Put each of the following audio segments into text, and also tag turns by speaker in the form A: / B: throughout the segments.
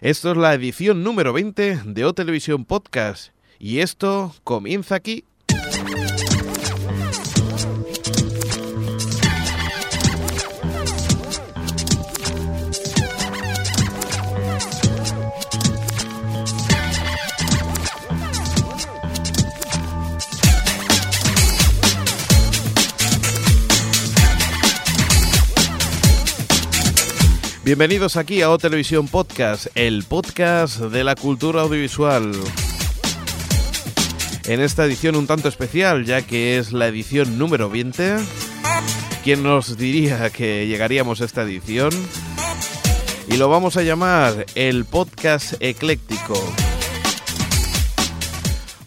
A: Esto es la edición número 20 de O Televisión Podcast y esto comienza aquí. Bienvenidos aquí a O Televisión Podcast, el podcast de la cultura audiovisual. En esta edición un tanto especial, ya que es la edición número 20. ¿Quién nos diría que llegaríamos a esta edición? Y lo vamos a llamar el podcast ecléctico.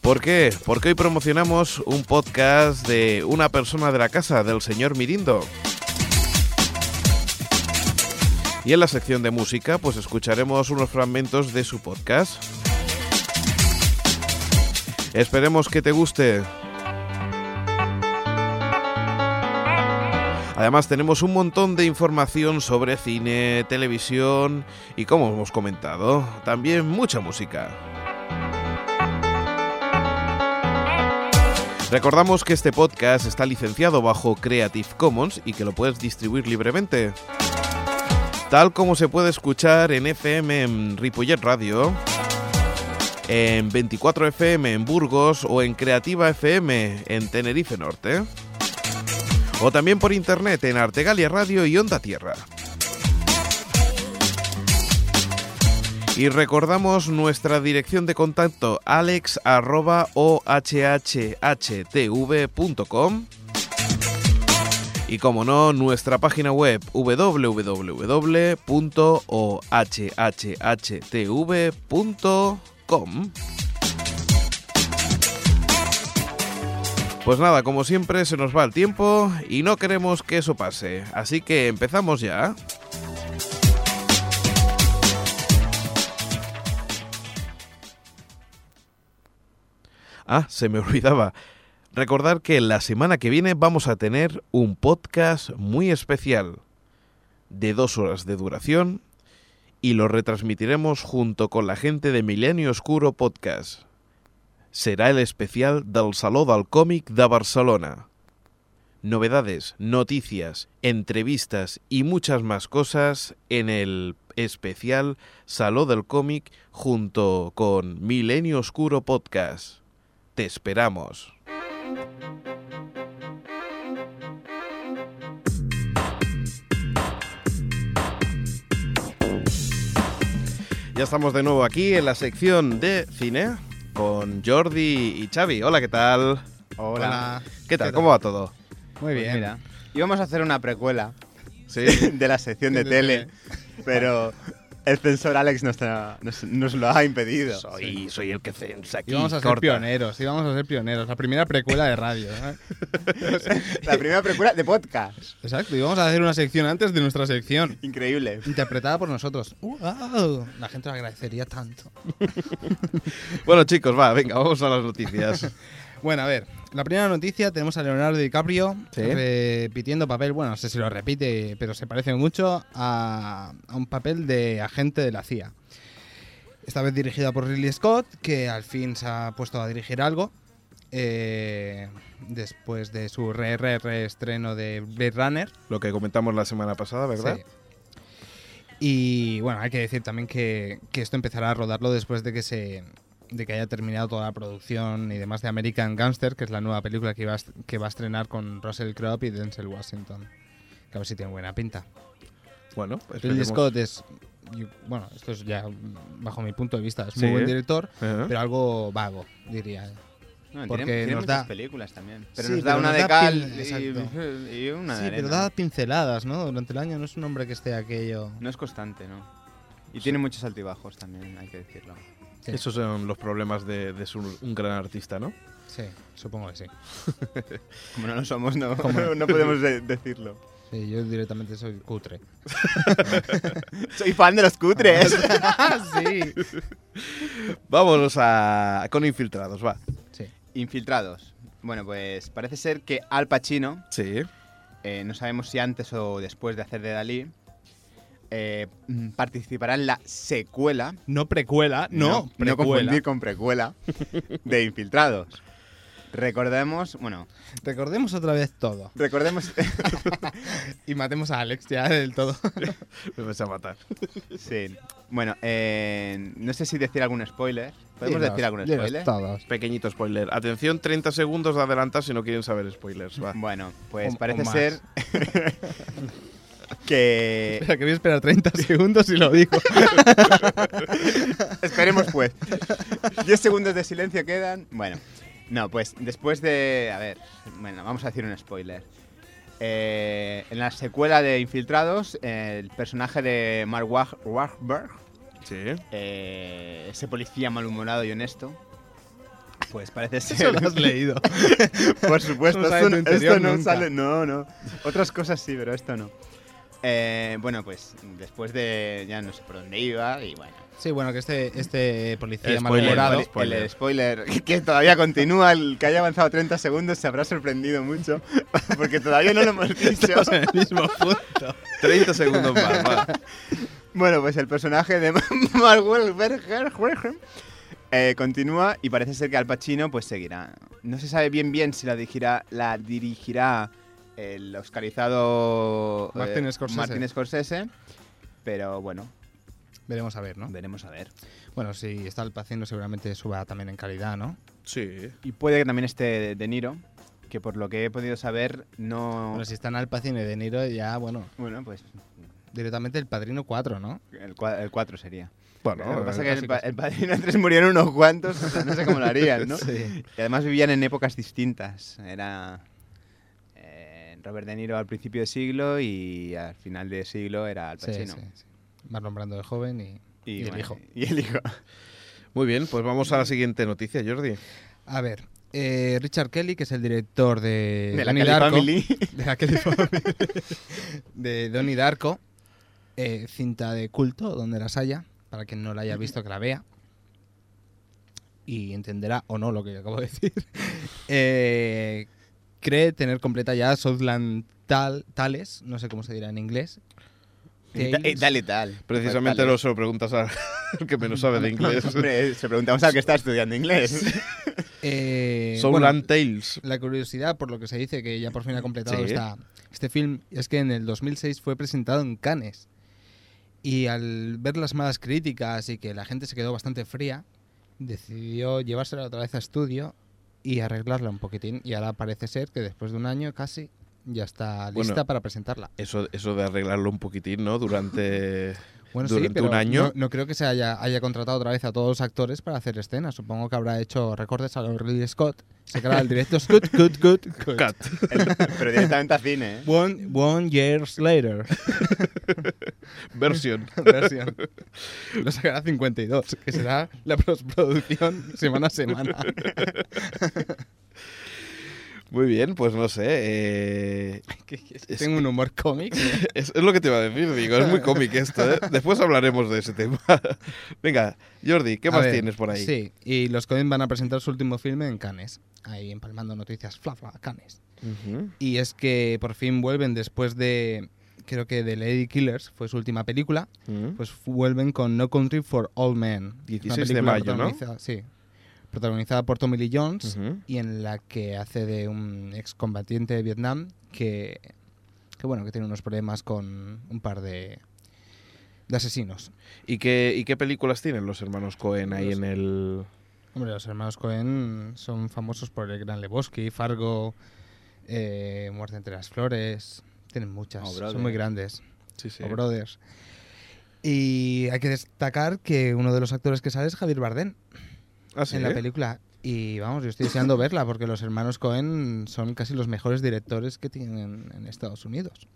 A: ¿Por qué? Porque hoy promocionamos un podcast de una persona de la casa, del señor Mirindo. Y en la sección de música, pues escucharemos unos fragmentos de su podcast. Esperemos que te guste. Además tenemos un montón de información sobre cine, televisión y como hemos comentado, también mucha música. Recordamos que este podcast está licenciado bajo Creative Commons y que lo puedes distribuir libremente tal como se puede escuchar en FM en Ripollet Radio, en 24 FM en Burgos o en Creativa FM en Tenerife Norte, o también por internet en Artegalia Radio y Onda Tierra. Y recordamos nuestra dirección de contacto alex.ohhtv.com y como no, nuestra página web www.ohhtv.com. Pues nada, como siempre se nos va el tiempo y no queremos que eso pase, así que empezamos ya. Ah, se me olvidaba. Recordar que la semana que viene vamos a tener un podcast muy especial de dos horas de duración y lo retransmitiremos junto con la gente de Milenio Oscuro Podcast. Será el especial del Saló del Còmic de Barcelona. Novedades, noticias, entrevistas y muchas más cosas en el especial Saló del Cómic junto con Milenio Oscuro Podcast. Te esperamos. Ya estamos de nuevo aquí en la sección de cine con Jordi y Xavi. Hola, ¿qué tal?
B: Hola.
A: ¿Qué tal? ¿Cómo va todo?
B: Muy bien.
C: Pues Mira, íbamos a hacer una precuela
A: Sí.
C: de la sección de tele, pero el censor Alex nos, tra- nos- nos lo ha impedido.
A: Soy, soy el que censa aquí.
B: Íbamos a ser ¿eh?
A: corta.
B: pioneros, íbamos a ser pioneros. La primera precuela de radio. ¿eh?
C: La primera precuela de podcast.
B: Exacto, íbamos a hacer una sección antes de nuestra sección.
C: Increíble.
B: Interpretada por nosotros. ¡Wow! La gente lo agradecería tanto.
A: Bueno, chicos, va, venga, vamos a las noticias.
B: Bueno, a ver, la primera noticia tenemos a Leonardo DiCaprio
A: Sí.
B: repitiendo papel, bueno, no sé si lo repite, pero se parece mucho a, a un papel de agente de la CIA. Esta vez dirigida por Ridley Scott, que al fin se ha puesto a dirigir algo. eh, después de su re, re, re estreno de Blade Runner.
A: Lo que comentamos la semana pasada, ¿verdad?
B: Sí. Y bueno, hay que decir también que, que esto empezará a rodarlo después de que se de que haya terminado toda la producción y demás de American Gangster, que es la nueva película que, iba a est- que va a estrenar con Russell Crowe y Denzel Washington. Que a ver si tiene buena pinta.
A: Bueno,
B: Ridley
A: esperemos.
B: Scott es... yo- bueno, esto es ya mm, bajo mi punto de vista. Es muy
A: Sí.
B: buen director,
A: Ajá.
B: pero algo vago, diría.
C: No,
B: Porque
C: tiene, tiene
B: nos
C: muchas
B: da-
C: películas también. Pero
B: Sí,
C: nos da
B: pero
C: una
B: nos
C: de
B: da
C: cal
B: pin- exacto.
C: y, y una
B: sí,
C: de
B: pero
C: arena.
B: da pinceladas, ¿no? Durante el año no es un hombre que esté aquello...
C: No es constante, ¿no? Y tiene muchos altibajos también, hay que decirlo.
B: Sí,
A: Esos son los problemas de, de ser un gran artista, ¿no?
B: sí, supongo que sí.
C: Como no lo somos, no,
B: Como no.
C: no podemos de- decirlo.
B: Sí, yo directamente soy cutre.
C: Soy fan de los cutres.
B: Ah, sí.
A: Vámonos a con infiltrados, va.
B: Sí.
C: Infiltrados. Bueno, pues parece ser que Al Pacino
A: Sí.
C: eh, no sabemos si antes o después de hacer de Dalí, eh, mm, participará en la secuela.
B: No precuela, no,
C: no, no
B: precuela.
C: confundir con precuela de Infiltrados. Recordemos, bueno,
B: Recordemos otra vez todo.
C: recordemos.
B: Y matemos a Alex ya del todo.
A: Me vas a matar.
C: sí. Bueno, eh, no sé si decir algún spoiler. ¿Podemos
B: Dinos,
C: decir algún
B: dinos
C: spoiler?
B: todos.
A: Pequeñito spoiler. Atención, 30 segundos de adelantar si no quieren saber spoilers. Va.
C: Bueno,
B: O-
C: pues
B: o
C: parece
B: más.
C: ser que
B: Espera, que voy a esperar 30 segundos y lo digo.
C: Esperemos pues. 10 segundos de silencio quedan. Bueno, no, pues después de... A ver, bueno, vamos a decir un spoiler. Eh, en la secuela de Infiltrados, eh, el personaje de Mark Wa- Wahlberg,
A: Sí.
C: eh, ese policía malhumorado y honesto, pues parece
B: Eso
C: ser...
B: lo has leído.
C: Por supuesto,
B: No sale
C: esto,
B: tu
C: no-
B: interior
C: esto no
B: nunca.
C: sale. No, no. Otras cosas sí, pero esto no. Eh, bueno, pues después de... Ya no sé por dónde iba y bueno.
B: Sí, bueno, que este, este policía
A: Spoiler,
B: malhumorado.
A: vale. spoiler.
C: El spoiler que todavía continúa, el que haya avanzado 30 segundos se habrá sorprendido mucho, porque todavía no lo hemos dicho.
B: Estamos en el mismo punto.
A: 30 segundos más. Va.
C: Bueno, pues el personaje de Mark Wahlberg eh, continúa y parece ser que Al Pacino pues seguirá. No se sabe bien bien si la dirigirá, la dirigirá el oscarizado eh,
B: Martin Scorsese.
C: Martin Scorsese, pero bueno,
B: Veremos a ver, ¿no?
C: veremos a ver.
B: Bueno, si está el paciente seguramente suba también en calidad, ¿no?
A: Sí.
C: Y puede que también esté De Niro, que por lo que he podido saber no...
B: Bueno, si están al paciente de Niro, ya, bueno,
C: Bueno, pues
B: directamente el Padrino 4, ¿no?
C: El 4 sería.
A: Bueno,
C: lo que pasa es
A: eh,
C: que
B: casi,
C: el, pa-
B: casi.
C: el Padrino 3 murieron unos cuantos, o sea, no sé cómo lo harían, ¿no?
B: Sí.
C: Y además vivían en épocas distintas. Era eh, Robert De Niro al principio de siglo y al final de siglo era Al
B: Sí,
C: Pacino.
B: sí, sí. Marlon Brando de joven y, y el
C: bueno,
B: hijo.
C: Y el hijo.
A: muy bien, pues vamos a la siguiente noticia, Jordi.
B: A ver, eh, Richard Kelly, que es el director de,
C: De la
B: Donnie
C: Kelly
B: Darko,
C: Family.
B: de la Kelly Family, de Donnie Darko, eh, cinta de culto donde las haya, para quien no la haya visto que la vea y entenderá o no lo que yo acabo de decir. Eh, cree tener completa ya Southland Tal- Tales, no sé cómo se dirá en inglés.
C: Y ta- y
B: Tales.
C: tal y tal.
A: Precisamente
C: Pues
A: lo se lo preguntas al que menos sabe de
C: tal.
A: inglés.
C: Hombre, se preguntamos al que está estudiando inglés.
B: Eh, bueno,
A: Soulland Tales.
B: la curiosidad por lo que se dice que ya por fin ha completado
A: Sí.
B: esta- este film es que en el 2006 fue presentado en Cannes y al ver las malas críticas y que la gente se quedó bastante fría decidió llevársela otra vez a estudio y arreglarla un poquitín y ahora parece ser que después de un año casi ya está
A: Bueno.
B: lista para presentarla.
A: Eso, eso de arreglarlo un poquitín, ¿no? Durante.
B: Bueno, sí,
A: Durante
B: pero
A: un año.
B: No, no creo que se haya, haya contratado otra vez a todos los actores para hacer escenas. Supongo que habrá hecho recortes a los Ridley Scott. Se quedará el directo Scott, cut, cut, cut.
A: Cat.
C: El- pero directamente a cine, ¿eh?
B: One, one years later.
A: Versión.
B: Versión. Lo sacará 52, que será la postproducción semana a semana.
A: Muy bien, pues no sé. eh,
B: Que- que Tengo un humor cómic.
A: es, es lo que te iba a decir, digo. Es muy cómico esto, ¿eh? Después hablaremos de ese tema. Venga, Jordi, ¿qué
B: A
A: más
B: ver,
A: tienes por ahí?
B: Sí, y los Coen van a presentar su último filme en Cannes. Ahí empalmando noticias, fla, fla, Cannes.
A: Ujú.
B: Y es que por fin vuelven después de, creo que de Lady Killers, fue su última película,
A: Ujú.
B: pues vuelven con No Country for Old Men. Una
A: 16 de
B: película
A: mayo, ¿no?
B: protagonizada- Sí, protagonizada por Tommy Lee Jones.
A: Ujú.
B: y en la que hace de un excombatiente de Vietnam que, que bueno, que tiene unos problemas con un par de, de asesinos.
A: ¿Y, qué, ¿Y qué películas tienen los hermanos Cohen ahí
B: Los-
A: en el.
B: Hombre, los hermanos Cohen son famosos por el Gran Lebowski, Fargo, eh, Muerte entre las flores, tienen muchas,
C: O
B: son
C: Brothers.
B: muy grandes,
A: Sí, sí.
B: o Brothers. Y hay que destacar que uno de los actores que sale es Javier Bardem
A: Ah, sí,
B: en la
A: ¿eh?
B: película. Y vamos, yo estoy deseando verla porque los hermanos Cohen son casi los mejores directores que tienen en Estados Unidos.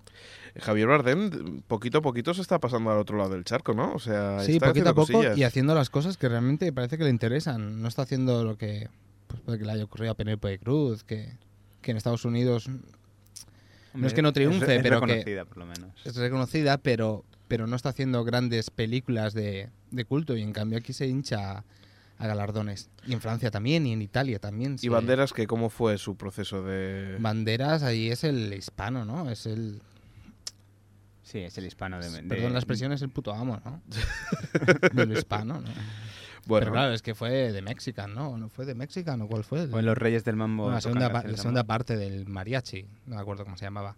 A: Javier Bardem poquito a poquito se está pasando al otro lado del charco, ¿no? O sea,
B: Sí,
A: está
B: poquito
A: haciendo
B: a poco
A: cosillas.
B: y haciendo las cosas que realmente parece que le interesan. No está haciendo lo que pues, puede que le haya ocurrido a Penélope Cruz, que, que en Estados Unidos No es que no triunfe,
C: es
B: pero que-
C: reconocida, por lo menos.
B: es reconocida, pero, pero no está haciendo grandes películas de, de culto y en cambio aquí se hincha a galardones. Y en Francia también, y en Italia también.
A: ¿Y
B: se-
A: Banderas que cómo fue su proceso de...?
B: Banderas ahí es el hispano, ¿no? Es el...
C: Sí, es el hispano de, de-
B: Perdón, la expresión es el puto amo, ¿no? Del hispano, ¿no?
A: Bueno,
B: Pero claro, es que fue de Mexican, ¿no? ¿No fue de Mexican o cuál fue?
C: O en los Reyes del Mambo.
B: Bueno, la,
C: tocan
B: segunda, pa-
C: canciones
B: la
C: de
B: segunda
C: mambo.
B: parte del mariachi, no me acuerdo cómo se llamaba.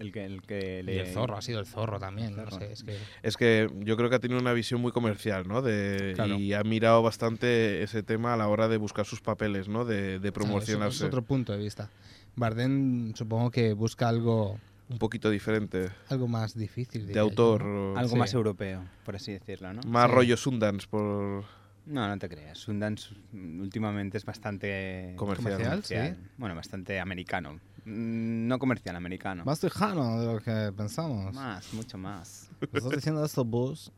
C: El que, el que
B: Y
C: le.
B: el zorro, ha sido el zorro también,
C: zorro.
B: no sé, es que...
A: es que yo creo que ha tenido una visión muy comercial, ¿no? De,
C: Claro.
A: Y ha mirado bastante ese tema a la hora de buscar sus papeles, ¿no? De, de
B: Es,
A: promocionarse.
B: otro punto de vista. Bardem supongo que busca algo,
A: Un poquito diferente,
B: algo más difícil.
A: de
B: diría yo,
A: autor.
B: ¿no?
A: o-
C: Algo
B: Sí.
C: más europeo, por así decirlo, ¿no?
A: Más
B: Sí.
A: rollo Sundance por...
C: No, no te creas. Sundance mm, últimamente es bastante.
A: Comercial.
B: Comercial,
C: Bueno, bastante americano. Mm, No comercial, americano.
B: Más tejano de lo que pensamos.
C: Más, mucho más.
B: ¿Me ¿Estás diciendo esto, Bus?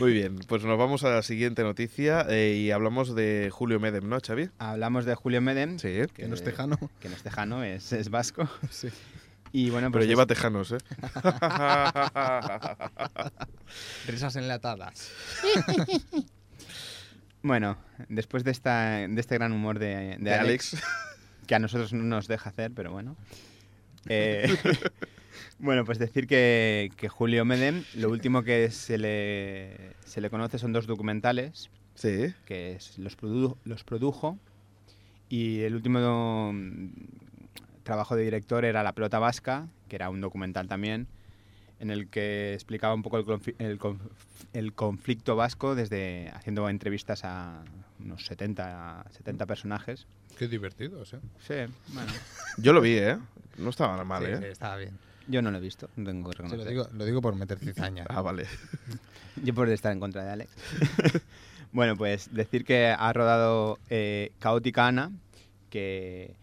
A: Muy bien, pues nos vamos a la siguiente noticia eh, y hablamos de Julio Medem, ¿no,
C: Pues
A: Xavi?
C: Hablamos de Julio Medem.
A: Sí,
B: Que no es tejano.
C: Que no es tejano, es, es vasco. Y bueno,
A: pero
C: pues
A: lleva
C: es-
A: tejanos, ¿eh?
B: Risas enlatadas.
C: Bueno, después de, esta, de este gran humor de, de
A: De
C: Alex,
A: Alex.
C: que a nosotros no nos deja hacer, pero bueno. Eh, bueno, pues decir que, que Julio Medem, lo último que se le, se le conoce son dos documentales,
A: Sí,
C: que es- los, produ- los produjo, y el último mm, trabajo de director era La pelota vasca, que era un documental también, en el que explicaba un poco el, confi- el conf- el conflicto vasco desde haciendo entrevistas a unos 70, 70 personajes.
B: Qué divertidos, ¿eh?
C: Sí, bueno.
A: yo lo vi, ¿eh? No estaba mal,
B: Sí,
A: ¿eh?
B: sí, estaba bien.
C: Yo no lo he visto, no tengo que
B: Sí, lo,
C: reconocer.
B: digo, lo digo por meter cizaña.
A: Ah, vale.
C: Yo por estar en contra de Alex. bueno, pues decir que ha rodado eh, Caótica Ana, que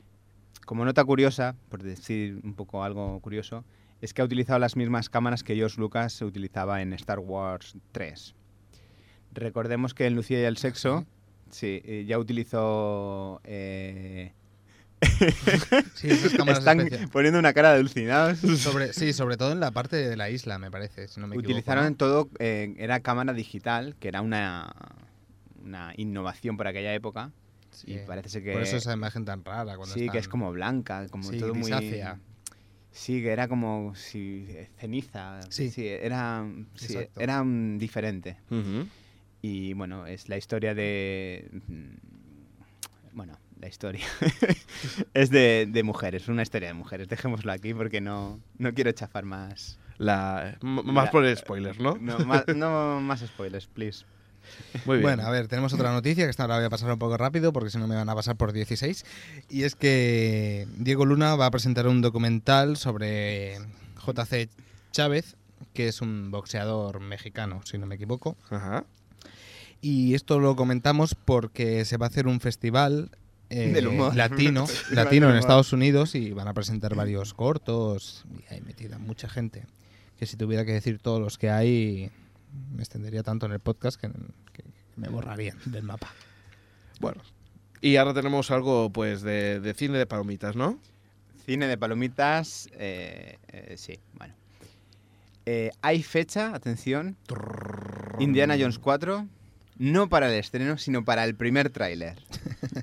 C: como nota curiosa, por decir un poco algo curioso, es que ha utilizado las mismas cámaras que George Lucas utilizaba en Star Wars 3. Recordemos que en Lucía y el sexo, sí, eh, ya utilizó... eh,
B: Sí, esas cámaras
C: están
B: especia-
C: poniendo una cara de alucinados.
B: Sobre, sí, sobre todo en la parte de la isla, me parece, si no me equivoco,
C: Utilizaron
B: ¿no?
C: todo, eh, era cámara digital, que era una, una innovación para aquella época.
B: Sí.
C: Y parece ser que.
B: Por eso esa imagen tan rara. Cuando
C: sí, que
B: están-
C: es como blanca, como
B: Sí,
C: todo muy.
B: grisácea.
C: Sí, que era como si eh, ceniza.
B: Sí.
C: era, sí,
B: Exacto.
C: era mm, diferente.
A: Ujú.
C: Y bueno, es la historia de. mm, Bueno, la historia. es de, de mujeres, una historia de mujeres. Dejémoslo aquí porque no, no quiero chafar más.
A: La, m- más
C: La-
A: por el spoiler, ¿no?
C: No, más, no más spoilers, please.
A: Muy bien.
B: Bueno, a ver, tenemos otra noticia que esta ahora voy a pasar un poco rápido porque si no me van a pasar por 16. Y es que Diego Luna va a presentar un documental sobre JC Chávez, que es un boxeador mexicano, si no me equivoco.
A: Ajá.
B: Y esto lo comentamos porque se va a hacer un festival eh,
C: Del humor.
B: latino,
C: Festival
B: latino
C: del
B: en
C: humor.
B: Estados Unidos y van a presentar varios cortos y hay metida mucha gente. Que si tuviera que decir todos los que hay, me extendería tanto en el podcast que, que me borrarían del mapa.
A: Bueno. Y ahora tenemos algo, pues, de, de cine de palomitas, ¿no?
B: Pues
C: Cine de palomitas, eh, eh, sí, bueno. Eh, hay fecha, atención. Indiana Jones 4, no para el estreno, sino para el primer tráiler.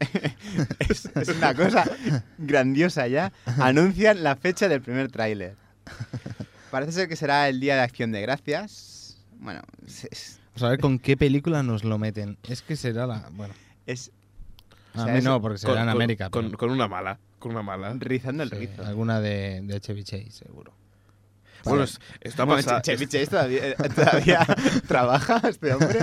C: es, es una cosa grandiosa ya. Anuncian la fecha del primer tráiler. Parece ser que será el día de Acción de Gracias. Bueno, es, es-
B: Vamos a ver con qué película nos lo meten. Es que será la. Bueno,
C: es
B: a
C: O sea,
B: mí
C: es-
B: no, porque será en América.
A: Con,
B: pero-
A: con una mala. Con una mala.
C: rizando el
B: sí,
C: rizo.
B: alguna de, de Chevy Chase, seguro.
A: Bueno, es- está
C: Bueno,
A: pasa-
C: Che- Chevy Chase todavía, eh, todavía trabaja este hombre.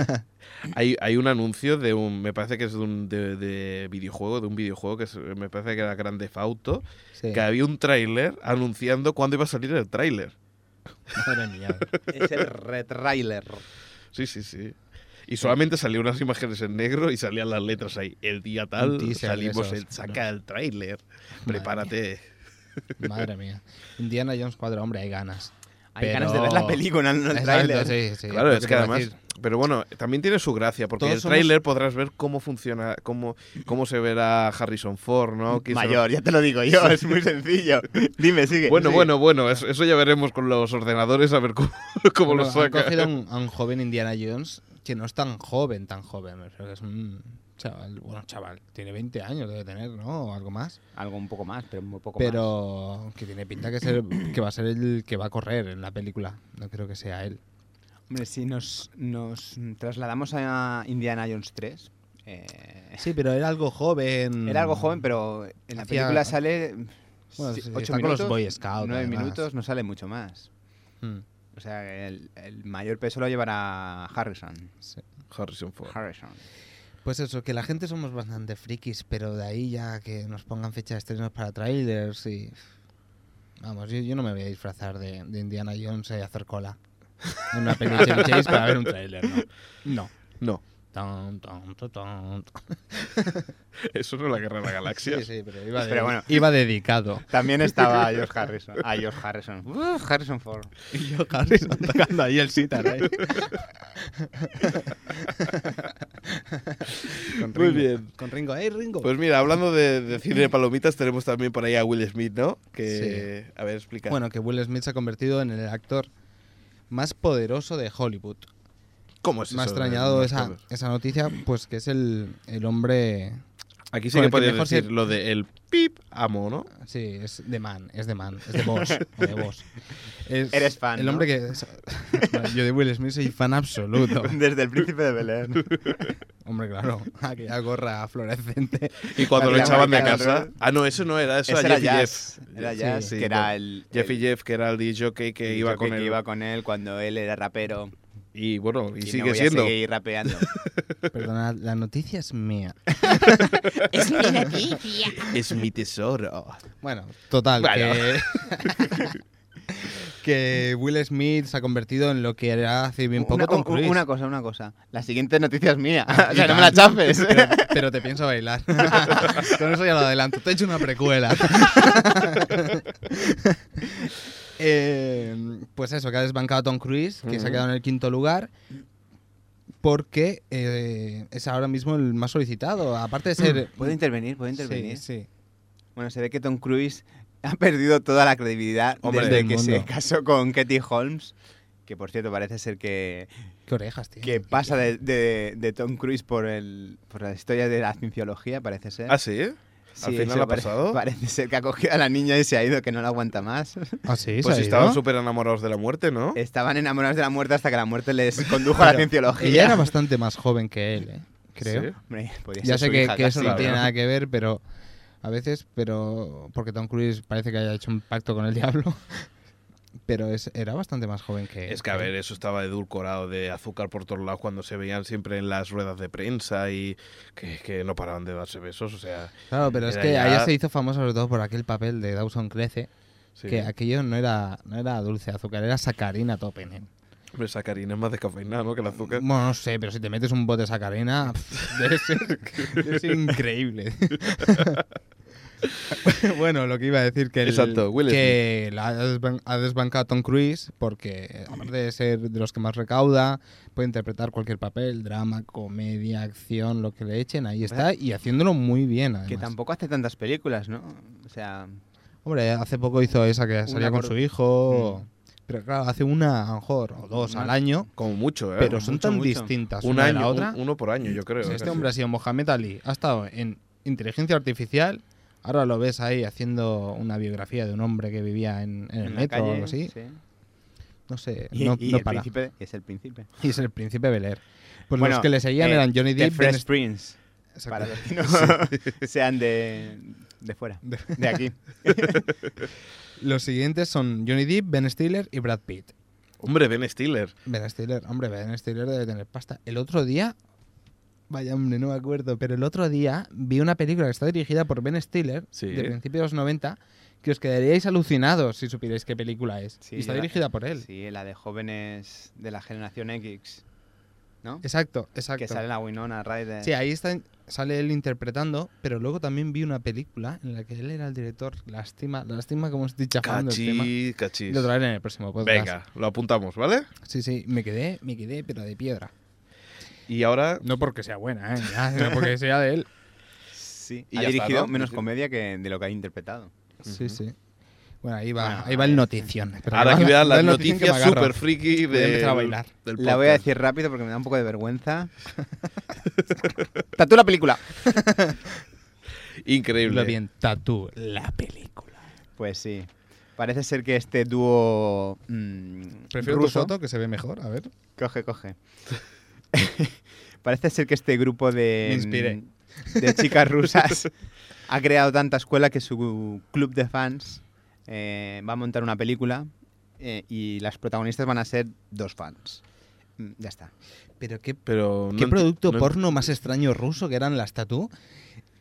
A: Hay, hay un anuncio de un. Me parece que es de un de, de videojuego, de un videojuego que es- me parece que era Grande Fauto.
B: Sí.
A: Que había un tráiler anunciando cuándo iba a salir el tráiler.
B: Madre mía.
C: Es el retrailer.
A: Sí, sí, sí. Y solamente salían unas imágenes en negro y salían las letras ahí. El día tal
B: Un teaser de
A: salimos,
B: esos,
A: el, saca el tráiler.
B: Madre
A: Prepárate.
B: Madre mía. Indiana Jones 4, hombre, hay ganas.
C: Hay
B: Pero-
C: ganas de ver la película, no el
B: Exacto,
C: tráiler.
B: sí, sí,
A: claro,
B: lo
A: es
B: te
A: que
B: iba a
A: además.
B: decir.
A: Pero bueno, también tiene su gracia, porque
B: Todos
A: el
B: somos-
A: tráiler podrás ver cómo funciona, cómo, cómo se verá Harrison Ford, ¿no? Quién se-
C: Mayor, ya te lo digo yo, es muy sencillo. Dime, sigue.
A: Bueno,
C: sigue.
A: bueno, bueno, eso, eso ya veremos con los ordenadores a ver cómo, cómo lo
B: Bueno, han
A: saca.
B: cogido a un, a un joven Indiana Jones que no es tan joven, tan joven. pero es un chaval, bueno, chaval, tiene 20 años debe tener, ¿no? O algo más.
C: Algo un poco más, pero muy poco más.
B: pero que tiene pinta que, ser, que va a ser el que va a correr en la película. No creo que sea él.
C: Hombre, si nos, nos trasladamos a Indiana Jones 3, eh,
B: Sí, pero era algo joven.
C: era algo joven, pero en la
B: Hacía-
C: película sale mm,
B: Bueno,
C: si-
B: sí,
C: ocho
B: está con los
C: minutos,
B: Boy Scouts,
C: 9
B: además.
C: minutos, no sale mucho más.
B: Mm,
C: O sea, el, el mayor peso lo llevará Harrison.
B: sí.
A: Harrison Ford.
C: Harrison.
B: Pues eso, que la gente somos bastante frikis, pero de ahí ya que nos pongan fecha de estrenos para trailers y... Vamos, yo, yo no me voy a disfrazar de, de Indiana Jones y hacer cola en una peli de Chevy Chase para ver un trailer, ¿no? No.
A: No,
B: Ton, ton, ton, ton.
A: eso no es la guerra de la galaxia.
B: Sí, sí, pero iba, de-
C: Pero bueno.
B: iba dedicado.
C: También estaba Josh Harrison. Ah, Josh Harrison. Uh, Harrison Ford.
B: Y yo, Harrison, tocando ahí el sitar. ¿eh? ahí. Con
A: Muy
B: Ringo,
A: bien.
B: Con Ringo. ¡Ey, Ringo!
A: Pues mira, hablando de, de cine de palomitas, tenemos también por ahí a Will Smith, ¿no? Que, a ver, explica.
B: Bueno, que Will Smith se ha convertido en el actor más poderoso de Hollywood.
A: ¿cómo
C: pues
A: es
B: Me ha
A: eso de
B: extrañado
A: los
B: esa,
A: pobres?
B: esa noticia, pues que es el, el hombre...
A: Aquí sí
B: con
A: que
B: el que
A: podrías
B: mejor
A: decir
B: se-
A: lo de el pip amo, ¿no?
B: Sí, es de man, es de man, es de boss, o de boss. Es
C: Eres fan,
B: El
C: ¿no?
B: hombre que... es- yo de Will Smith soy fan absoluto.
C: Desde el príncipe de Belén.
B: Hombre, claro, aquella gorra fluorescente.
A: Y cuando
C: La
A: lo
C: que
A: echaban de
C: marca el
A: casa.
C: rol.
A: Ah, no, eso no era, eso
C: Ese
A: era
C: era
A: Jeff y
C: Jazz.
A: Jeff.
C: Era
A: Sí,
C: Jazz,
A: sí,
C: que
A: bueno.
C: era el.
A: Jeff
C: el-
A: y Jeff, que era el DJ jockey que
C: el
A: iba
C: jockey
A: con
C: que
A: él.
C: iba con él cuando él era rapero.
A: Y bueno, y,
C: no
A: sigue
C: voy a
A: siendo.
C: seguir rapeando.
B: Perdona, la noticia es mía.
D: Es mi noticia.
A: Es mi tesoro.
B: Bueno, total.
A: Bueno.
B: Que, que Will Smith se ha convertido en lo que era hace bien poco
C: una,
B: Tom
C: un-
B: Cruise.
C: una cosa, una cosa. La siguiente noticia es mía. o sea, no me la chafes.
B: Pero, pero te pienso bailar. Con eso ya lo adelanto. Te he hecho una precuela. Eh, pues eso, que ha desbancado a Tom Cruise, que se ha
A: Ujú.
B: quedado en el quinto lugar. Porque eh, es ahora mismo el más solicitado. Aparte de ser.
C: ¿Puedo intervenir? ¿Puedo
B: Sí,
C: intervenir?
B: sí.
C: Bueno, se ve que Tom Cruise ha perdido toda la credibilidad
A: Hombre.
C: desde
B: Del
C: que se
B: mundo.
C: casó con Katie Holmes. Que por cierto, parece ser que,
B: Qué orejas, tío.
C: que pasa de, de- de Tom Cruise por, el, por la historia de la cienciología, parece ser.
A: ¿Ah, sí? ¿Al final
C: eso
A: ha pasado?
C: Parece ser que ha cogido a la niña y se ha ido, que no la aguanta más.
B: Ah, sí, ¿Se
A: Pues
B: ha
A: estaban
B: ido?
A: súper enamorados de la muerte, ¿no?
C: Estaban enamorados de la muerte hasta que la muerte les condujo a la
B: Pero
C: cienciología.
B: Ella era bastante más joven que él, ¿eh? creo.
A: Sí.
C: Hombre, podía ser
B: Ya sé
C: su
B: que,
C: hija
B: que eso
C: casi,
B: no
A: claro.
B: tiene nada que ver, pero a veces, pero porque Tom Cruise parece que haya hecho un pacto con el diablo, pero es, era bastante más joven que él.
A: Es que, a ver, eso estaba edulcorado de azúcar por todos lados cuando se veían siempre en las ruedas de prensa y que, que no paraban de darse besos, o sea...
B: Claro, pero es
A: era
B: que
A: ya-
B: a ella se hizo famosa sobre todo por aquel papel de Dawson Crece,
A: sí.
B: que aquello no era, no era dulce de azúcar, era sacarina tope, nen.
A: Hombre, sacarina es más descafeinada, ¿no? Que el azúcar.
B: Bueno, no sé, pero si te metes un bote de sacarina, pff, debe ser, debe ser increíble. bueno, lo que iba a decir que, el-
A: Exacto, Will
B: que la ha, desban- ha desbancado a Tom Cruise porque aparte de ser de los que más recauda, puede interpretar cualquier papel, drama, comedia, acción, lo que le echen, ahí está y haciéndolo muy bien además.
C: Que tampoco hace tantas películas, ¿no? O sea,
B: Hombre, hace poco hizo esa que salía con
C: por-
B: su
A: Mm.
B: hijo, pero claro, hace una a lo mejor o dos al
C: Una-
B: año,
A: Como mucho, ¿eh?
B: pero son
C: mucho,
B: tan
C: mucho.
B: distintas
A: un
B: una de
A: año,
B: la otra.
A: un- uno por año, yo creo. ¿eh?
B: Si este
A: casi.
B: hombre ha sido Mohamed Ali, ha estado en inteligencia artificial, ahora lo ves ahí haciendo una biografía de un hombre que vivía en, en el
C: en la
B: metro
C: calle,
B: o algo así.
C: sí.
B: No sé,
C: Y,
B: no,
C: y
B: no
C: el
B: para.
C: príncipe es el príncipe.
B: Y es el príncipe Bel Air. Pues
C: Bueno,
B: los que le seguían
C: eh,
B: eran Johnny
C: The
B: Depp, Ben
C: Fresh Prince.
B: St-
C: Para los
B: Exacto.
C: que no sean de, de fuera, de aquí.
B: Los siguientes son Johnny Depp, Ben Stiller y Brad Pitt.
A: Hombre, Ben Stiller.
B: Ben Stiller, hombre, Ben Stiller debe tener pasta. El otro día, vaya hombre, no me acuerdo, pero el otro día vi una película que está dirigida por Ben Stiller,
A: Sí.
B: de principios de los 90, que os quedaríais alucinados si supierais qué película es.
C: Sí,
B: y está
C: yo la-
B: dirigida por él.
C: Sí, la de jóvenes de la generación X, ¿no?
B: Exacto, exacto.
C: Que sale la Winona Ryder.
B: Sí, ahí está, sale él interpretando, pero luego también vi una película en la que él era el director. Lástima, lástima como estoy chafando el tema.
A: Cachis, cachis.
B: Lo traeré en el próximo podcast.
A: Venga, lo apuntamos, ¿vale?
B: Sí, sí, me quedé, me quedé, pero de piedra.
A: Y ahora...
B: No porque sea buena, ¿eh? Ya, sino porque sea de él.
C: Sí,
A: Y
C: ha
A: ya está,
C: dirigido
A: ¿no?
C: menos
A: Sí.
C: comedia que de lo que ha interpretado.
B: Sí,
A: Ujú.
B: sí. Bueno, eh, ahí va,
C: Bueno,
B: ahí va el notición. Espera,
A: Ahora
B: va
A: que
B: la-
A: veas
B: va
A: las
B: el notición que me
A: noticias
B: agarro.
A: super friki
B: Voy a
A: de,
B: empezar a bailar.
A: del
C: La voy a
A: podcast.
C: decir rápido porque me da un poco de vergüenza. Tatú la película.
A: Increíble.
B: Lo bien, tatú, la película.
C: Pues sí. Parece ser que este dúo mm,
B: Prefiero tu
C: ruso,
B: foto, que se ve mejor, a ver.
C: Coge, coge. Parece ser que este grupo de, mm,
B: Me inspiré.
C: de chicas rusas ha creado tanta escuela que su club de fans eh, va a montar una película eh, y las protagonistas van a ser dos fans. Mm, Ya está.
B: Pero qué,
A: Pero no
B: qué
A: enti-
B: producto
A: no-
B: porno más extraño ruso que eran las tatú.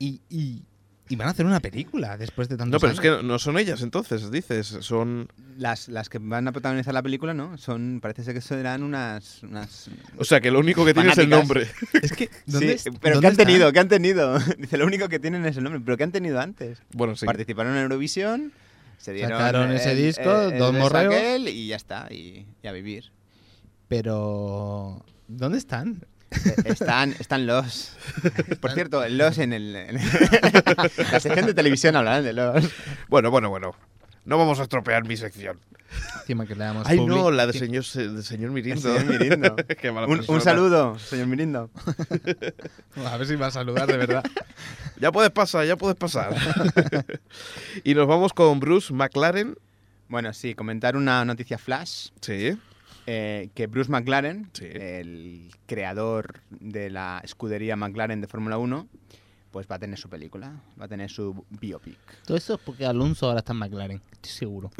B: Y, y, y van a hacer una película después de tantos
A: No, pero es
B: años.
A: que no- no son ellas entonces, dices. Son.
C: Las, las que van a protagonizar la película, ¿no? Son, parece ser que serán unas... unas
A: O sea, que lo único que tiene es el
C: Fanáticas.
A: nombre.
B: Es que,
C: Sí,
B: ¿dónde es-
C: pero ¿qué
B: dónde
C: han
B: está?
C: tenido? ¿Qué han tenido? Dice, lo único que tienen es el nombre. ¿Pero qué han tenido antes?
A: Bueno, sí.
C: Participaron en Eurovisión, se dieron
B: Sacaron ese disco, dos
C: beso
B: morreos.
C: aquel y ya está, y, y a vivir.
B: Pero. ¿Dónde están?
C: Eh, Están, están los. Por cierto, los en el. en el- la sección de televisión hablarán de los.
A: Bueno, bueno, bueno. No vamos a estropear mi sección.
B: Encima que le damos
A: Ay,
B: public-
A: no, la de
B: que-
A: señor, de señor Mirindo.
C: Señor Mirindo.
A: Qué mala
C: Un, un
A: persona.
C: saludo, señor Mirindo.
B: A ver si va a saludar de verdad.
A: Ya puedes pasar, ya puedes pasar. y nos vamos con Bruce McLaren.
C: Bueno, sí, comentar una noticia flash.
A: Sí.
C: eh, que Bruce McLaren,
A: Sí.
C: el creador de la escudería McLaren de Fórmula 1, pues va a tener su película, va a tener su biopic.
B: Todo eso es porque Alonso ahora está en McLaren, estoy seguro.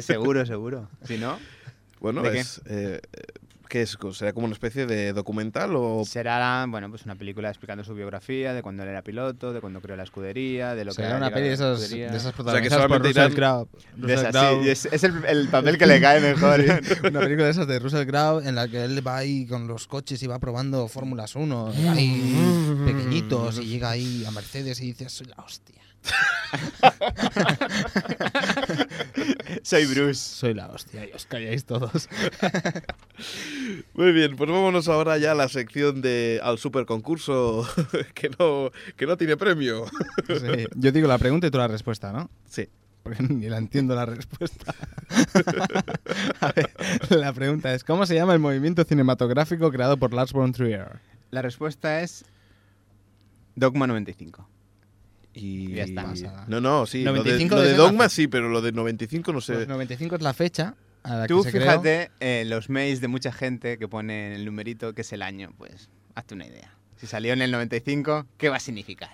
C: Seguro, seguro. Si no,
A: Bueno,
C: ¿De qué?
A: es. eh, ¿Qué es? ¿Será como una especie de documental o.?
C: será bueno, pues una película explicando su biografía, de cuando él era piloto, de cuando creó la escudería, de lo que
B: Será una
C: llegar a
B: peli
C: la
B: de esas, de
C: escudería.
A: O
B: esas
A: sea, que
B: protagonizadas por
A: solamente
B: Russell
A: irán-
B: Crowe.
C: De esas,
B: Russell
C: sí,
B: Crowe.
C: es, es el, el papel que le cae mejor.
B: Una película de esas de Russell Crowe en la que él va ahí con los coches y va probando Fórmulas 1, ahí pequeñitos, y llega ahí a Mercedes y dice, soy la hostia.
C: Soy Bruce.
B: Soy la hostia, y os calláis todos.
A: Muy bien, pues vámonos ahora ya a la sección de al super concurso que no, que no tiene premio.
B: Yo digo la pregunta y tú la respuesta, ¿no?
A: Sí.
B: Porque ni la entiendo la respuesta. A ver, la pregunta es, ¿cómo se llama el movimiento cinematográfico creado por Lars von Trier?
C: La respuesta es Dogma 95.
A: Y
C: Ya está.
A: No, no, sí. lo de-
B: 95
A: lo de,
B: de ese
A: Dogma
B: mazo.
A: sí, pero lo de 95 no sé.
B: Pues 95 es la fecha a la
C: Tú
B: que se creó.
C: fíjate eh, los mails de mucha gente que pone el numerito, que es el año, pues hazte una idea. Si salió en el 95, ¿qué va a significar?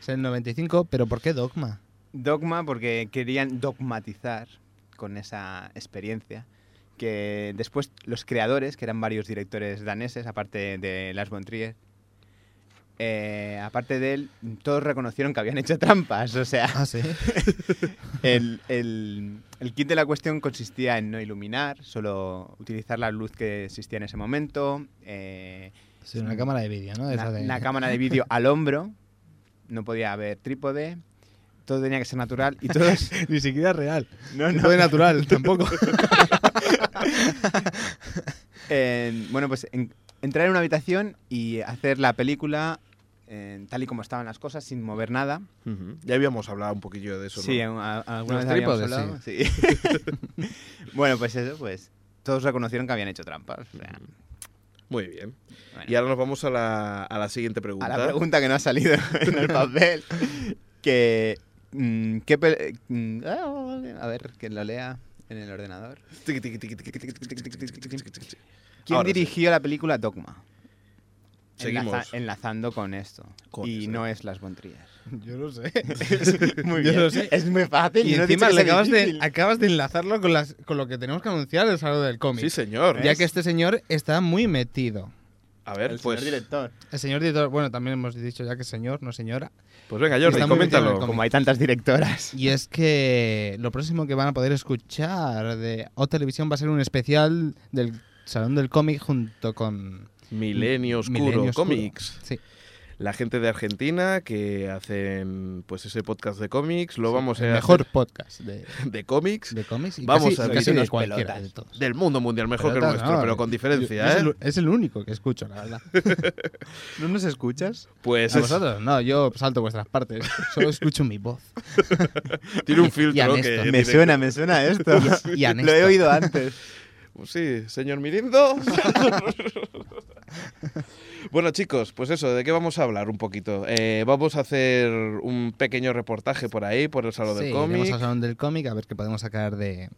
B: Es el 95, pero ¿por qué dogma?
C: Dogma, porque querían dogmatizar con esa experiencia que después los creadores, que eran varios directores daneses, aparte de Lars von Trier, eh, aparte de él, todos reconocieron que habían hecho trampas. O sea,
B: Ah, sí.
C: el, el- el kit de la cuestión consistía en no iluminar, solo utilizar la luz que existía en ese momento, eh,
B: Sí, una cámara de vídeo, ¿no? Esa
C: una,
B: de-
C: una cámara de vídeo al hombro, no podía haber trípode, todo tenía que ser natural y todos...
B: Ni siquiera real.
C: No,
B: No
C: no.
B: fue natural, tampoco.
C: Eh, bueno, pues en- entrar en una habitación y hacer la película eh, tal y como estaban las cosas, sin mover nada.
A: Ujú. Ya habíamos hablado un poquillo de eso.
C: Sí,
A: ¿no?
C: a- a- alguna
B: Los
C: vez habíamos
B: trípodes,
C: hablado, sí. bueno, pues eso, pues todos reconocieron que habían hecho trampas. o sea,
A: Muy bien.
C: bueno.
A: Y ahora nos vamos a la, a la siguiente pregunta.
C: A la pregunta que no ha salido en el papel, que... mm, ¿Qué pe- mm, a ver, que lo lea en el ordenador.
A: Tiqui, tiqui, tiqui, tiqui, tiqui, tiqui, tiqui, tiqui, tiqui, tiqui, tiqui.
C: ¿Quién
A: Ahora sí.
C: dirigió la película Dogma?
A: Seguimos.
C: enlazando con esto.
A: Con
C: y
A: eso.
C: no es Las Bontrías.
B: Yo lo sé.
C: Muy
B: Yo
C: bien.
B: lo sé.
C: Es muy fácil.
B: Y
C: yo no he
B: encima
C: dicho que sea
B: le acabas, de,
C: difícil.
B: acabas de enlazarlo con, las, con lo que tenemos que anunciar el sábado del cómic.
A: Sí, señor.
B: ya que este señor está muy metido.
A: A
C: El
A: ver,
C: señor
A: pues,
C: director.
B: El señor director, bueno, también hemos dicho ya que señor, no señora.
A: pues venga, Jordi,
B: Está muy metido en el
A: coméntalo.
B: cómic.
C: Como hay tantas directoras.
B: Y es que lo próximo que van a poder escuchar de O Televisión va a ser un especial del Salón del Cómic junto con
A: Milenio Oscuro
B: Milenio Oscuro.
A: Comics.
B: Sí.
A: la gente de Argentina que hacen pues ese podcast de cómics, lo vamos
B: El
A: a
B: mejor podcast de,
A: hacer de cómics
B: de cómics. Y
A: Vamos
B: casi,
A: a
B: y
A: ver.
B: casi de
C: Unas
B: cualquiera
C: pelotas.
B: de todos.
A: del mundo mundial, mejor que el
B: Pelotas,
A: nuestro,
B: no,
A: pero con
B: yo-
A: diferencia,
B: es,
A: ¿eh?
B: el, es el único que escucho, la verdad.
C: ¿No nos escuchas?
A: Pues
B: ¿A
A: es-
B: vosotros? No, yo salto vuestras partes. Solo escucho mi voz.
A: tiene un
B: Y
A: filtro
B: honesto.
A: que
B: Me
A: tiene-
C: Me suena, me suena esto.
B: Y a
C: Lo he
B: Néstor.
C: oído antes.
A: Pues Sí, señor Mirindo. bueno, chicos, pues eso, ¿de qué vamos a hablar un poquito? Eh, vamos a hacer un pequeño reportaje por ahí, por el Salón
B: Sí,
A: del
B: iremos
A: Cómic,
B: al salón del cómic a ver qué podemos sacar de,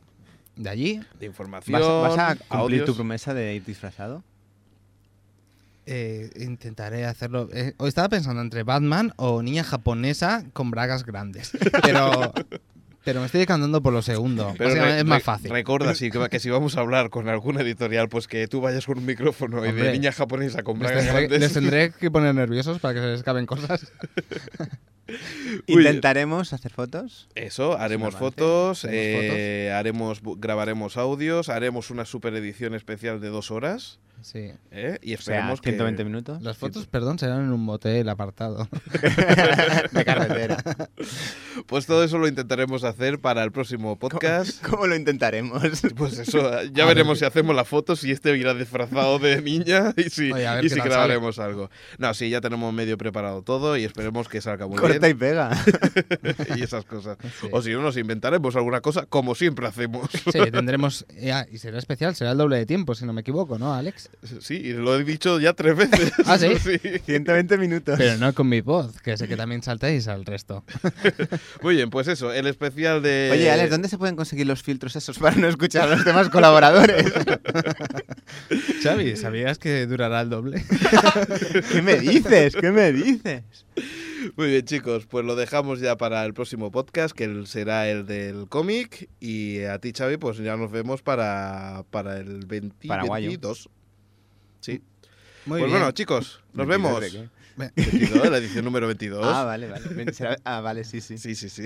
B: de allí.
A: de información,
C: ¿Vas, vas a cumplir
A: audios.
C: tu promesa de ir disfrazado?
B: Eh, intentaré hacerlo. eh, hoy estaba pensando entre Batman o niña japonesa con bragas grandes. Pero, pero me estoy decantando por lo segundo.
A: Pero
B: Básicamente
A: re-
B: es más
A: re-
B: fácil.
A: Recuerda sí, que, que si vamos a hablar con alguna editorial, pues que tú vayas con un micrófono y de
B: Hombre.
A: niña japonesa con
B: les,
A: bragas
B: tendré,
A: grandes.
B: les tendré que poner nerviosos para que se les escapen cosas.
A: Uy.
C: Intentaremos hacer fotos.
A: Eso, haremos
C: avance.
A: fotos,
B: Haremos
A: eh, haremos, bu- grabaremos audios, haremos una super edición especial de dos horas
B: Sí.
A: ¿eh? y
C: O sea,
A: esperemos
C: 120
A: que...
C: minutos.
B: Las fotos, perdón, serán en un motel apartado.
C: de carretera.
A: Pues todo eso lo intentaremos hacer para el próximo podcast.
C: ¿Cómo lo intentaremos?
A: Pues eso, ya
B: A
A: veremos
B: ver
A: si hacemos las fotos, si este irá disfrazado de niña y si,
B: Oye, a ver
A: y
B: qué
A: si
B: tal
A: grabaremos algo. No, sí, ya tenemos medio preparado todo y esperemos que salga muy
C: Corta y pega.
A: bien y esas cosas.
B: Sí.
A: O si no, nos inventaremos alguna cosa como siempre hacemos.
B: Sí, tendremos. eh, ah, y será especial, será el doble de tiempo, si no me equivoco, ¿no, Alex?
A: Sí, y lo he dicho ya tres veces.
B: Ah, ¿sí?
C: 120 minutos.
B: Pero no con mi voz, que sé que también saltáis al resto.
A: Muy bien, pues eso, el especial de...
C: Oye, Alex, ¿dónde se pueden conseguir los filtros esos para no escuchar a los demás colaboradores?
B: Xavi, ¿sabías que durará el doble?
C: ¿Qué me dices? ¿Qué me dices?
A: Muy bien, chicos, pues lo dejamos ya para el próximo podcast, que el- será el del cómic. Y a ti, Xavi, pues ya nos vemos para, para el 20,
C: Paraguayo.
A: 22. Sí. pues
B: Muy bien. ¿eh?
A: bueno, chicos, nos
C: 22
A: vemos.
C: de qué?
A: 22, la edición número 22.
C: Ah, vale, vale. Ven, será- Ah, vale, sí, sí.
A: Sí, sí, sí.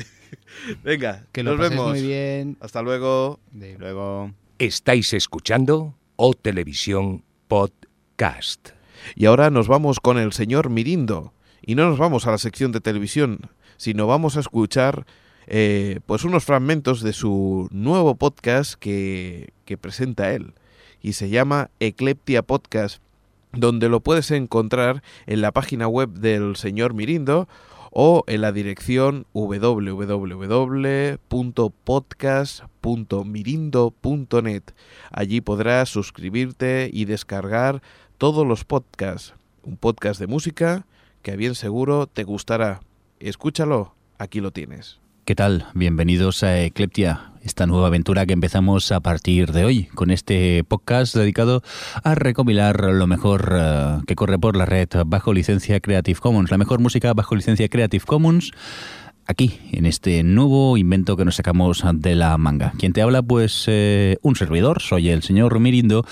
A: Venga,
B: que lo
A: nos
B: paséis
A: vemos.
B: muy bien.
A: Hasta luego.
B: De-
C: Luego.
E: Estáis escuchando O Televisión Podcast.
A: Y ahora nos vamos con el señor Mirindo. Y no nos vamos a la sección de televisión, sino vamos a escuchar eh, pues unos fragmentos de su nuevo podcast que, que presenta él. Y se llama Ecleptia Podcast, donde lo puedes encontrar en la página web del señor Mirindo o en la dirección www.podcast.mirindo.net. Allí podrás suscribirte y descargar todos los podcasts. Un podcast de música que a bien seguro te gustará. Escúchalo, aquí lo tienes.
F: ¿Qué tal? Bienvenidos a Ecleptia, esta nueva aventura que empezamos a partir de hoy con este podcast dedicado a recopilar lo mejor eh, que corre por la red bajo licencia Creative Commons, la mejor música bajo licencia Creative Commons. Aquí, en este nuevo invento que nos sacamos de la manga. Quien te habla, pues eh, un servidor, soy el señor Mirindo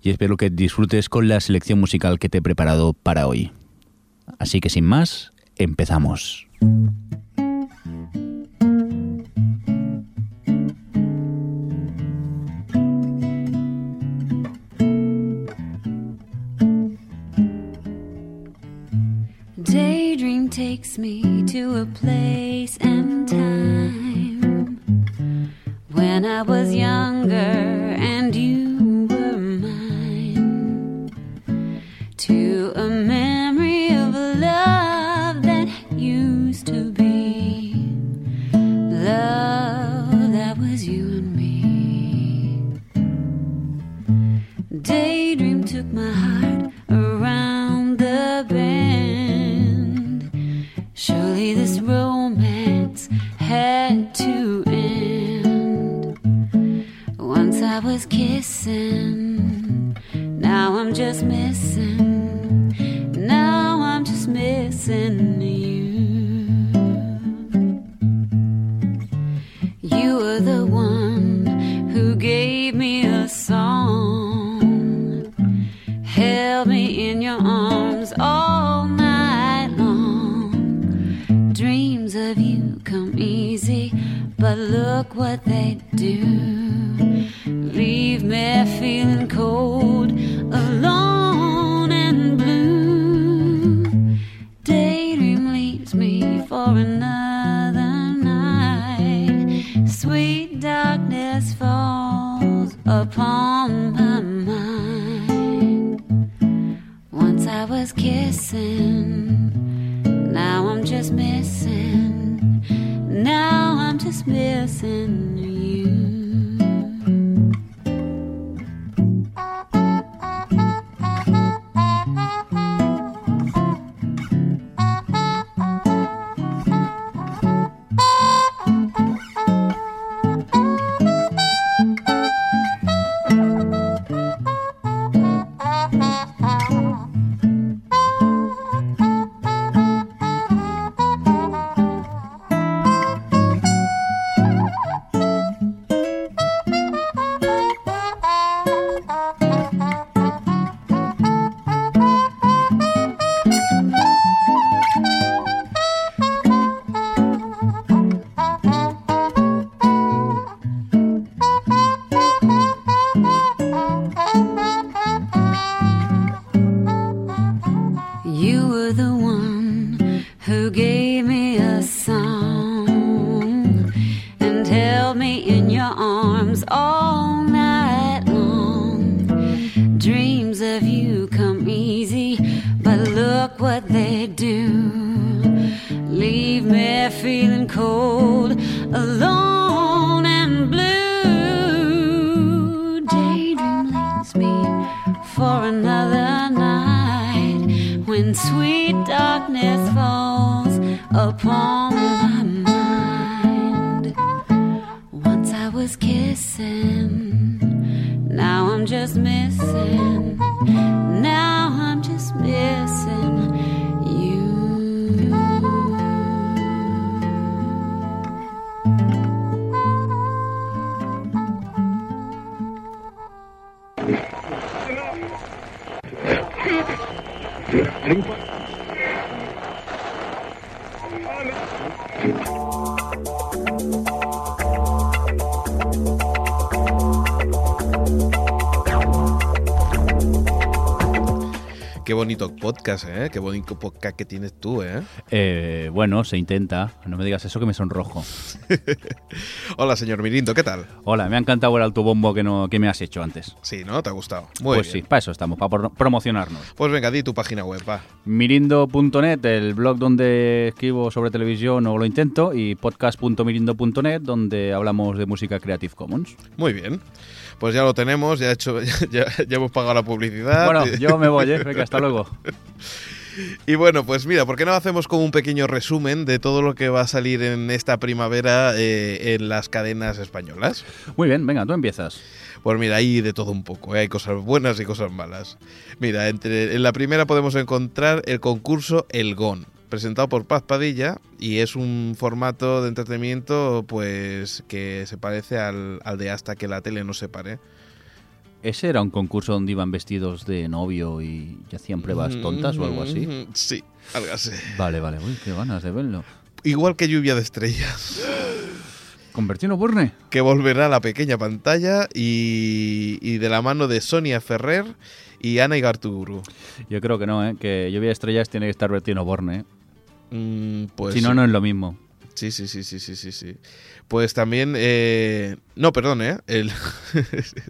F: y espero que disfrutes con la selección musical que te he preparado para hoy. Así que sin más, empezamos.
G: Daydream takes me to a place and time when I was younger and you were mine. To a memory of a love that used to be love that was you and me. Daydream took my heart around the bend. Surely this romance had to end. Once I was kissing, now I'm just missing. Now I'm just missing you. You were the one who gave me a song, held me in your arms all night long. Dreams of you come easy, but look what they do. Leave me feeling cold, alone and blue. was kissing. Now I'm just missing. Now I'm just missing you. You were the one who gave me a song and held me in your arms all night long. Dreams of you come easy, but look what they do. Leave me feeling cold, alone and blue. Daydream leaves me for another night when sweet darkness falls upon my mind. Once I was kissing, now I'm just missing. Now I'm just missing you.
A: Qué bonito podcast, ¿eh? Qué bonito podcast que tienes tú, ¿eh?
F: Eh, bueno, se intenta. No me digas eso que me sonrojo.
A: Hola, señor Mirindo, ¿qué tal?
F: Hola, me ha encantado el autobombo que, no, que me has hecho antes.
A: Sí, ¿no? ¿Te ha gustado? Muy
F: pues
A: bien.
F: sí, para eso estamos, para por- promocionarnos.
A: Pues venga, di tu página web, va.
F: Mirindo.net, el blog donde escribo sobre televisión o lo intento, y podcast.mirindo.net, donde hablamos de música Creative Commons.
A: Muy bien. Pues ya lo tenemos, ya, he hecho, ya, ya hemos pagado la publicidad.
F: Bueno,
A: Y-
F: yo me voy, ¿eh? Venga, hasta luego.
A: Y bueno, pues mira, ¿por qué no hacemos como un pequeño resumen de todo lo que va a salir en esta primavera eh, en las cadenas españolas?
F: Muy bien, venga, tú empiezas.
A: Pues mira, hay de todo un poco, ¿eh? hay cosas buenas y cosas malas. Mira, entre, en la primera podemos encontrar el concurso El Gon, presentado por Paz Padilla y es un formato de entretenimiento pues que se parece al, al de Hasta que la tele no se pare.
F: ¿Ese era un concurso donde iban vestidos de novio y, y hacían pruebas tontas o algo así?
A: Mm, Mm-hmm. Sí, algo así.
F: Vale, vale, uy, qué ganas de verlo.
A: Igual que Lluvia de Estrellas.
F: ¿Convertino Burne?
A: que volverá a la pequeña pantalla y, y de la mano de Sonia Ferrer y Ana Igartuguru.
F: Yo creo que no, ¿eh? que Lluvia de Estrellas tiene que estar Bertino Borne. ¿eh?
A: Mm, pues
F: si no, no es lo mismo.
A: sí, sí, sí, sí, sí, sí, sí. Pues también, eh, no, perdón, ¿eh? El-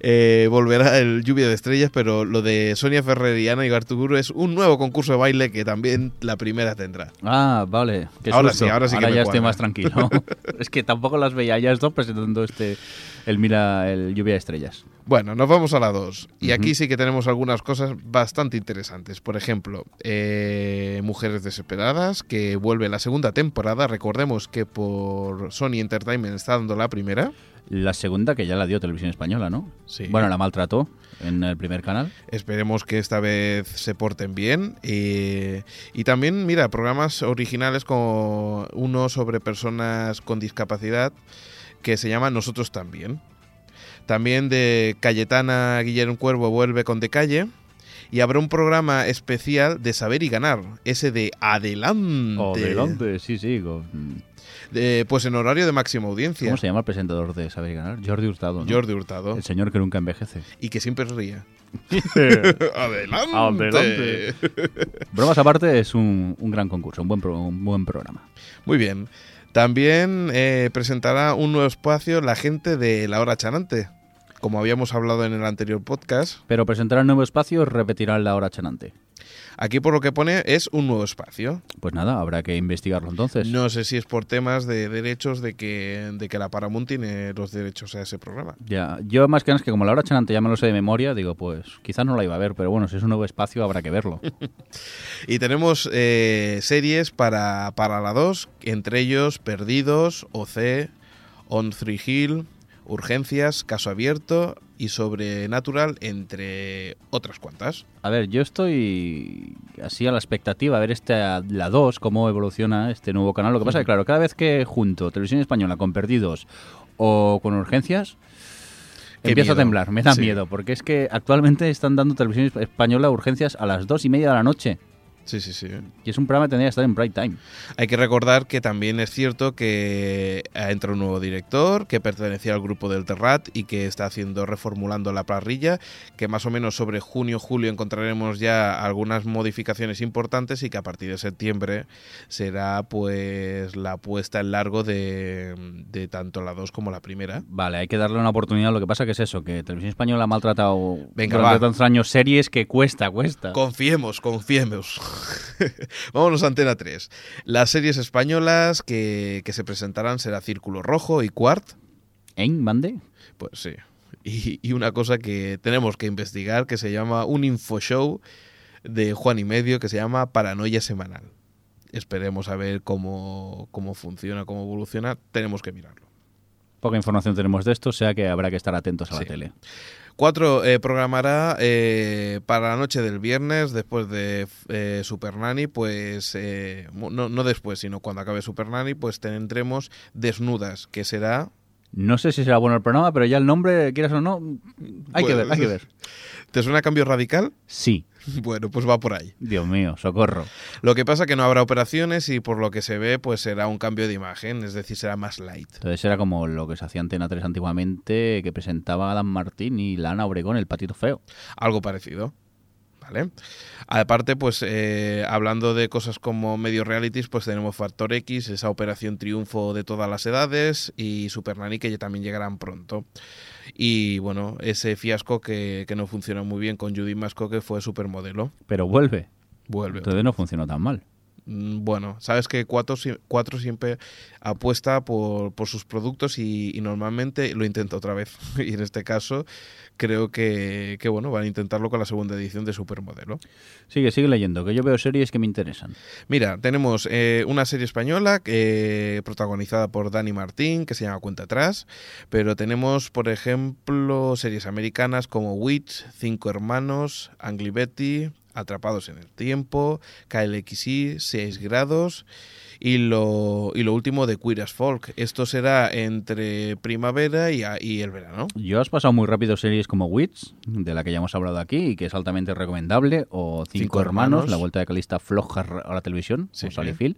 A: eh, volverá el Lluvia de Estrellas, pero lo de Sonia Ferrer y Ana Igartuguru es un nuevo concurso de baile que también la primera tendrá.
F: Ah, vale. qué
A: Ahora
F: susto.
A: sí, ahora sí que me cuadra.
F: ya estoy más tranquilo. es que tampoco las veía ya esto presentando este el mira el Lluvia de Estrellas.
A: Bueno, nos vamos a la 2. Y
F: Ujú.
A: aquí sí que tenemos algunas cosas bastante interesantes. Por ejemplo, eh, Mujeres Desesperadas, que vuelve la segunda temporada. Recordemos que por Sony Entertainment está dando la primera.
F: La segunda que ya la dio Televisión Española, ¿no?
A: Sí.
F: Bueno, la maltrató en el primer canal.
A: Esperemos que esta vez se porten bien. eh, y también, mira, programas originales como uno sobre personas con discapacidad que se llama Nosotros también. También de Cayetana Guillermo Cuervo vuelve con De Calle. Y habrá un programa especial de Saber y Ganar, ese de Adelante.
F: O delante, Oh, sí, sí. con-
A: Eh, pues en horario de máxima audiencia.
F: ¿Cómo se llama el presentador de Saber y Ganar? Jordi Hurtado, ¿no?
A: Jordi Hurtado.
F: El señor que nunca envejece.
A: Y que siempre ríe. Adelante.
F: Adelante. Bromas aparte, es un, un gran concurso, un buen, pro- un buen programa.
A: Muy bien. También eh, presentará un nuevo espacio la gente de La Hora Chanante. Como habíamos hablado en el anterior podcast,
F: Pero presentará el nuevo espacio, repetirá la hora chanante.
A: Aquí por lo que pone es un nuevo espacio.
F: Pues nada, habrá que investigarlo entonces.
A: No sé si es por temas de derechos de que, de que la Paramount tiene los derechos a ese programa.
F: Ya, yo más que nada es que como la hora chanante ya me lo sé de memoria, digo, pues quizás no la iba a ver, pero bueno, si es un nuevo espacio habrá que verlo.
A: Y tenemos eh, series para, para la 2, entre ellos Perdidos, OC, On Three Hill, Urgencias, Caso Abierto y Sobrenatural, entre otras cuantas.
F: A ver, yo estoy así a la expectativa, a ver esta, la 2, cómo evoluciona este nuevo canal. Lo que pasa es que, claro, cada vez que junto Televisión Española con Perdidos o con Urgencias,
A: Qué
F: empiezo a
A: miedo.
F: temblar, me da
A: Sí.
F: miedo, porque es que actualmente están dando Televisión Española Urgencias a las dos y media de la noche.
A: Sí, sí, sí.
F: Y es un programa que tendría que estar en prime time.
A: Hay que recordar que también es cierto que eh, entra un nuevo director que pertenecía al grupo del Terrat y que está haciendo reformulando la parrilla, que más o menos sobre junio julio encontraremos ya algunas modificaciones importantes y que a partir de septiembre será pues la puesta en largo de, de tanto la 2 como la primera.
F: Vale, hay que darle una oportunidad. Lo que pasa que es eso, que Televisión Española ha maltratado
A: Venga,
F: durante
A: va.
F: tantos años series que cuesta, cuesta.
A: Confiemos, confiemos. Vámonos a Antena 3. Las series españolas que, que se presentarán será Círculo Rojo y Quart.
F: ¿Eh? ¿Mande?
A: Pues sí. Y, y una cosa que tenemos que investigar que se llama un infoshow de Juan y Medio que se llama Paranoia Semanal. Esperemos a ver cómo, cómo funciona, cómo evoluciona. Tenemos que mirarlo.
F: Poca información tenemos de esto, o sea que habrá que estar atentos a la
A: Sí.
F: tele.
A: Cuatro eh, programará eh, para la noche del viernes, después de eh, Super Nanny, pues eh, mo- no, no después, sino cuando acabe Super Nanny, pues tendremos Desnudas, que será
F: No sé si será bueno el programa, pero ya el nombre, quieras o no, hay que
A: Bueno.
F: ver, hay que ver.
A: pues, ¿Te suena cambio radical?
F: Sí,
A: Bueno, pues va por ahí.
F: Dios mío, socorro.
A: Lo que pasa que no habrá operaciones y por lo que se ve, pues será un cambio de imagen, es decir, será más light.
F: Entonces era como lo que se hacía en Antena 3 antiguamente, que presentaba Adam Martín y Lana Obregón, el patito feo.
A: Algo parecido. ¿Vale? Aparte, pues eh, hablando de cosas como medio realities, pues tenemos Factor X, esa operación triunfo de todas las edades y Super Nanny que ya también llegarán pronto. Y bueno, ese fiasco que, que no funcionó muy bien con Judy Masco, que fue supermodelo.
F: Pero vuelve.
A: Vuelve.
F: Entonces no funcionó tan mal.
A: Mm, Bueno, sabes que Cuatro, si- Cuatro siempre apuesta por, por sus productos y, y normalmente lo intenta otra vez. Y en este caso creo que, que, bueno, van a intentarlo con la segunda edición de Supermodelo.
F: Sigue, sigue leyendo, que yo veo series que me interesan.
A: Mira, tenemos eh, una serie española eh, protagonizada por Dani Martín, que se llama Cuenta Atrás, pero tenemos, por ejemplo, series americanas como Witch, Cinco Hermanos, Angli Betty, Atrapados en el Tiempo, KLXI, 6 Grados y lo, y lo último de Queer as Folk. Esto será entre primavera y, a- y el verano.
F: Yo has pasado muy rápido series como Wits, de la que ya hemos hablado aquí y que es altamente recomendable, o Cinco,
A: Cinco
F: hermanos,
A: Hermanos.
F: la vuelta de Calista floja a la televisión,
A: Sí.
F: con Sally Field,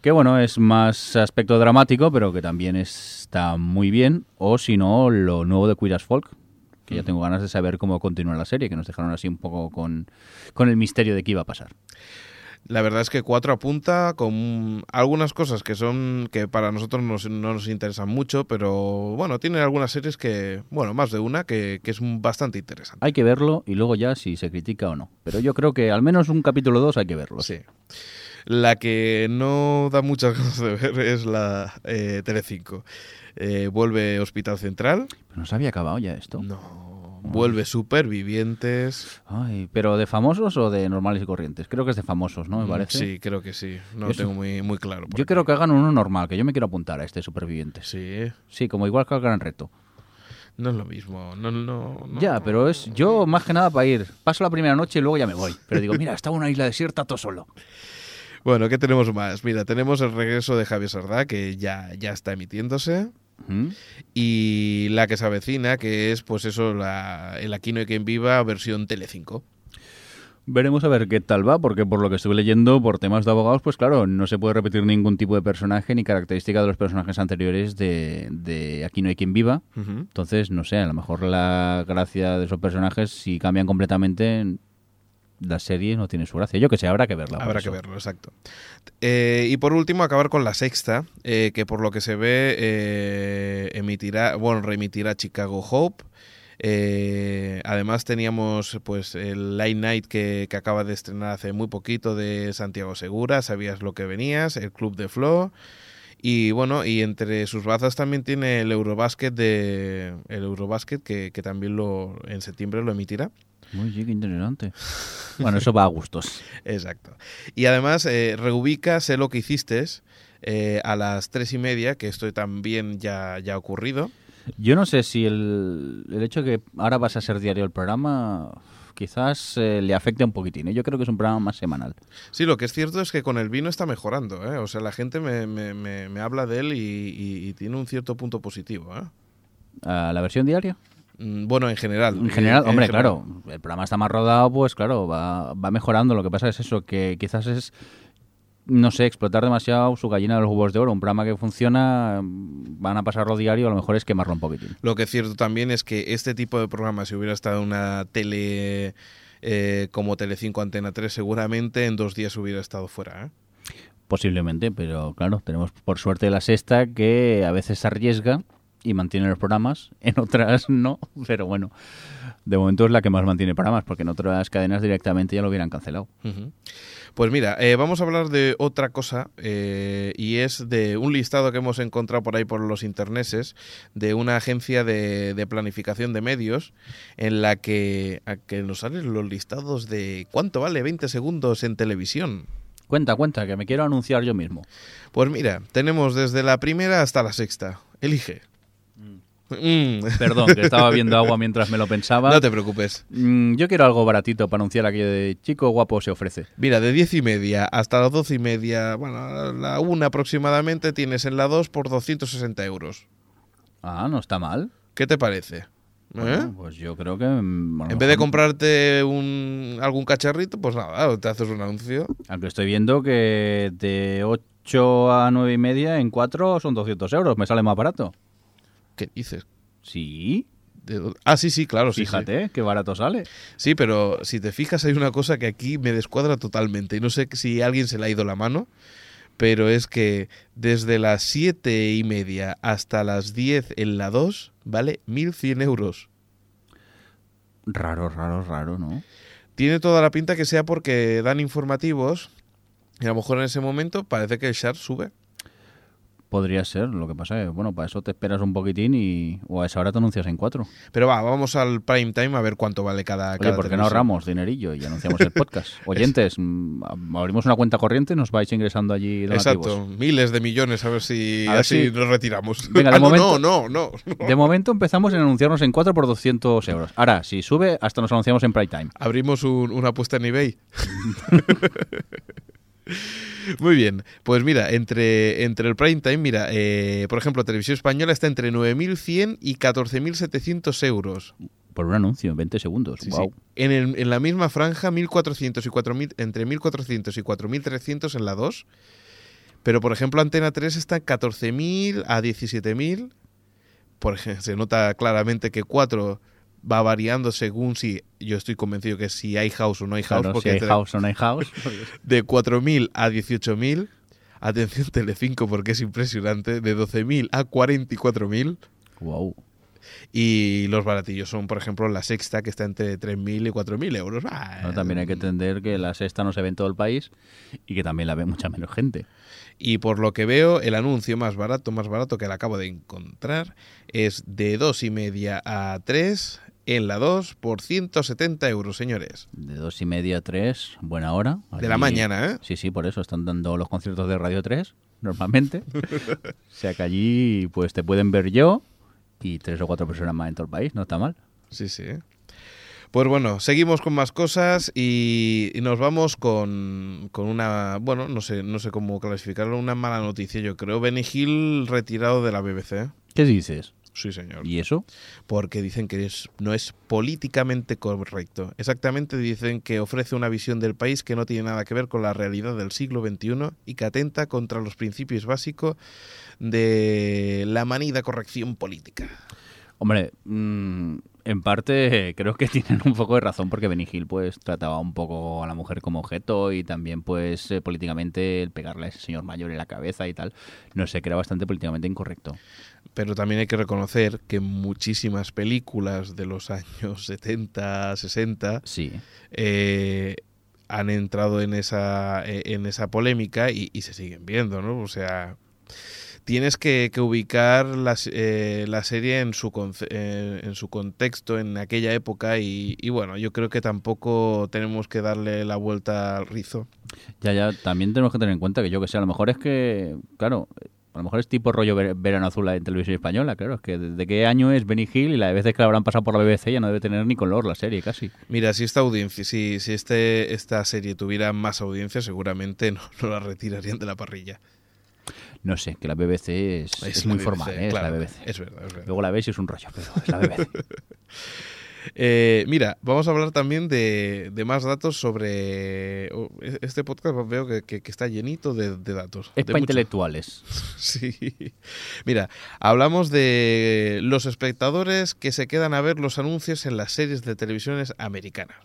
F: que bueno, es más aspecto dramático, pero que también está muy bien, o si no, lo nuevo de Queer as Folk, que ya tengo ganas de saber cómo continúa la serie, que nos dejaron así un poco con, con el misterio de qué iba a pasar.
A: La verdad es que 4 apunta con algunas cosas que son que para nosotros nos- no nos interesan mucho, pero bueno, tiene algunas series que, bueno, más de una, que, que es bastante interesante.
F: Hay que verlo y luego ya si se critica o no, pero yo creo que al menos un capítulo o dos hay que verlo.
A: Sí. La que no da muchas ganas de ver es la eh, Telecinco. Eh, vuelve Hospital Central.
F: Pero no se había acabado ya esto.
A: No. Vuelve Supervivientes.
F: Ay, pero de famosos o de normales y corrientes. Creo que es de famosos, ¿no? Me parece.
A: Mm, Sí, creo que sí. No
F: Yo
A: lo
F: sí.
A: tengo muy, muy claro. por
F: Yo
A: aquí.
F: creo que hagan uno normal, que yo me quiero apuntar a este Supervivientes.
A: Sí,
F: Sí, como igual que al Gran Reto.
A: no es lo mismo. No, no, no.
F: Ya, pero es yo más que nada para ir. Paso la primera noche y luego ya me voy. Pero digo, mira, estaba en una isla desierta todo solo.
A: Bueno, ¿qué tenemos más? Mira, tenemos el regreso de Javier Sardá, que ya, ya está emitiéndose.
F: ¿Mm?
A: Y la que se avecina, que es, pues eso, la, el Aquí no hay quien viva versión Telecinco.
F: Veremos a ver qué tal va, porque por lo que estuve leyendo, por temas de abogados, pues claro, no se puede repetir ningún tipo de personaje ni característica de los personajes anteriores de, de Aquí no hay quien viva. Entonces, no sé, a lo mejor la gracia de esos personajes, si cambian completamente, la serie no tiene su gracia. Yo que sé, habrá que verla. por
A: Habrá que
F: eso.
A: verlo, exacto. Eh, y por último, acabar con la sexta, eh, que por lo que se ve eh, emitirá, bueno, reemitirá Chicago Hope, Eh, además teníamos pues el Light Night que, que acaba de estrenar hace muy poquito de Santiago Segura, sabías lo que venías, el Club de Flo. Y bueno, y entre sus bazas también tiene el Eurobasket de el Eurobasket que, que también lo en septiembre lo emitirá.
F: Muy bien, qué interesante. Bueno, eso va a gustos.
A: Exacto. Y además eh, reubica Sé lo que hiciste eh, a las tres y media, que esto también ya, ya ha ocurrido.
F: Yo no sé si el, el hecho de que ahora vas a ser diario el programa quizás eh, le afecte un poquitín. ¿eh? Yo creo que es un programa más semanal.
A: Sí, lo que es cierto es que con el vino está mejorando. ¿eh? O sea, la gente me, me- me- me habla de él y, y- y tiene un cierto punto positivo. ¿eh?
F: Ah, ¿La versión diaria?
A: Mm, Bueno, en general.
F: En general, hombre,
A: general.
F: claro, el programa está más rodado, pues claro, va, va mejorando. Lo que pasa es eso, que quizás es, no sé, explotar demasiado su gallina de los huevos de oro. Un programa que funciona, mm, van a pasarlo diario, a lo mejor es quemarlo un poquitín.
A: Lo que es cierto también es que este tipo de programa, si hubiera estado en una tele eh, como Telecinco Antena 3, seguramente en dos días hubiera estado fuera. ¿eh?
F: Posiblemente, pero claro, tenemos por suerte la sexta que a veces se arriesga y mantiene los programas, en otras no, pero bueno, de momento es la que más mantiene programas, porque en otras cadenas directamente ya lo hubieran cancelado.
A: Ujú. Pues mira, eh, vamos a hablar de otra cosa eh, y es de un listado que hemos encontrado por ahí por los interneses de una agencia de, de planificación de medios en la que, a que nos salen los listados de cuánto vale 20 segundos en televisión.
F: Cuenta, cuenta, que me quiero anunciar yo mismo.
A: Pues mira, tenemos desde la primera hasta la sexta. Elige. Mm.
F: Perdón, que estaba viendo agua mientras me lo pensaba.
A: No te preocupes.
F: Mm, yo quiero algo baratito para anunciar aquello de chico guapo se ofrece.
A: Mira, de 10 y media hasta las 12 y media, bueno, a la 1 aproximadamente, tienes en la 2 por 260 euros.
F: Ah, no está mal.
A: ¿Qué te parece? ¿Eh?
F: Bueno, pues yo creo que... mm, bueno,
A: En vez de comprarte un, algún cacharrito, pues nada, te haces un anuncio.
F: Aunque estoy viendo que de 8 a 9 y media en 4 son 200 euros, me sale más barato.
A: ¿Qué dices?
F: Sí,
A: ¿De dónde? Ah, sí, sí, claro, sí. sí.
F: fíjate, qué barato sale.
A: Sí. pero si te fijas hay una cosa que aquí me descuadra totalmente. Y no sé si a alguien se le ha ido la mano, pero es que desde las siete y media hasta las 10 en la 2 vale 1.100 euros.
F: Raro, raro, raro, ¿no?
A: Tiene toda la pinta que sea porque dan informativos y a lo mejor en ese momento parece que el share sube.
F: Podría ser, lo que pasa es, bueno, para eso te esperas un poquitín y... o a esa hora te anuncias en 4.
A: Pero va, vamos al prime time a ver cuánto vale cada,
F: Oye,
A: cada
F: ¿por qué
A: televisión.
F: no ahorramos dinerillo y anunciamos el podcast? Oyentes, mm, abrimos una cuenta corriente y nos vais ingresando allí donativos.
A: Exacto, miles de millones, a ver si
F: A ver
A: así
F: si-
A: nos retiramos.
F: Venga, de
A: Ah, no,
F: momento-
A: No, no, no.
F: De momento empezamos en anunciarnos en 4 por 200 euros. Ahora, si sube, hasta nos anunciamos en prime time.
A: Abrimos un- una apuesta en eBay. Muy bien, pues mira, entre, entre el prime time, mira, eh, por ejemplo, Televisión Española está entre 9.100 y 14.700 euros.
F: Por un anuncio en 20 segundos.
A: Sí, sí.
F: wow.
A: En, el- en la misma franja, 1.400 y 4.000, entre 1.400 y 4.300 en la 2. Pero, por ejemplo, Antena 3 está en 14.000 a 17.000. Por ejemplo, se nota claramente que 4 va variando según si... Yo estoy convencido que si hay house o no hay house.
F: Claro, si
A: porque
F: hay
A: te-
F: house o no hay house.
A: De 4.000 a 18.000. Atención Telecinco porque es impresionante. De 12.000 a 44.000.
F: wow.
A: Y los baratillos son, por ejemplo, la sexta, que está entre 3.000 y 4.000 euros. Ah,
F: Bueno, también hay que entender que la sexta no se ve en todo el país y que también la ve mucha menos gente.
A: Y por lo que veo, el anuncio más barato, más barato que la acabo de encontrar, es de dos y media a 3 en la 2 por 170 euros, señores.
F: De dos y media a tres, buena hora.
A: De la
F: Allí-
A: mañana, ¿eh?
F: Sí, sí, por eso están dando los conciertos de Radio 3, normalmente. o sea que allí pues te pueden ver yo y tres o cuatro personas más en todo el país, no está mal.
A: Sí, sí. Pues bueno, seguimos con más cosas y, y nos vamos con, con una, bueno, no sé, no sé cómo clasificarlo, una mala noticia, yo creo. Benny Hill retirado de la BBC.
F: ¿Qué dices?
A: Sí, señor.
F: ¿Y eso?
A: porque dicen que es- no es políticamente correcto. Exactamente dicen que ofrece una visión del país que no tiene nada que ver con la realidad del siglo XXI y que atenta contra los principios básicos de la manida corrección política.
F: Hombre, mm, en parte eh, creo que tienen un poco de razón porque Benny Hill pues trataba un poco a la mujer como objeto y también pues eh, políticamente el pegarle a ese señor mayor en la cabeza y tal, no sé, que era bastante políticamente incorrecto.
A: Pero también hay que reconocer que muchísimas películas de los años 70, 60
F: Sí.
A: eh, han entrado en esa, eh, en esa polémica y, y se siguen viendo, ¿no? O sea, tienes que, que ubicar la, s- eh, la serie en su, conce- eh, en su contexto, en aquella época y, y bueno, yo creo que tampoco tenemos que darle la vuelta al rizo.
F: Ya, ya, también tenemos que tener en cuenta que yo que sé, a lo mejor es que, claro, a lo mejor es tipo rollo ver- verano azul en televisión española, claro, es que desde qué año es Benny Hill y la de veces que la habrán pasado por la BBC ya no debe tener ni color la serie casi.
A: Mira, si esta audiencia, si, si este, esta serie tuviera más audiencia, seguramente no, no la retirarían de la parrilla.
F: No sé, que la BBC es, es muy
A: la BBC,
F: formal, ¿eh?
A: claro,
F: es la BBC.
A: Es verdad, es verdad.
F: Luego la ves y es un rollo, pero es la BBC.
A: Eh, mira, vamos a hablar también de, de más datos sobre. oh, e- Este podcast veo que, que- que está llenito de, de datos.
F: es
A: de
F: para
A: mucho.
F: intelectuales.
A: Sí. Mira, hablamos de los espectadores que se quedan a ver los anuncios en las series de televisiones americanas.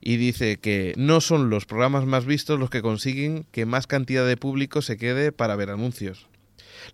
A: Y dice que no son los programas más vistos los que consiguen que más cantidad de público se quede para ver anuncios.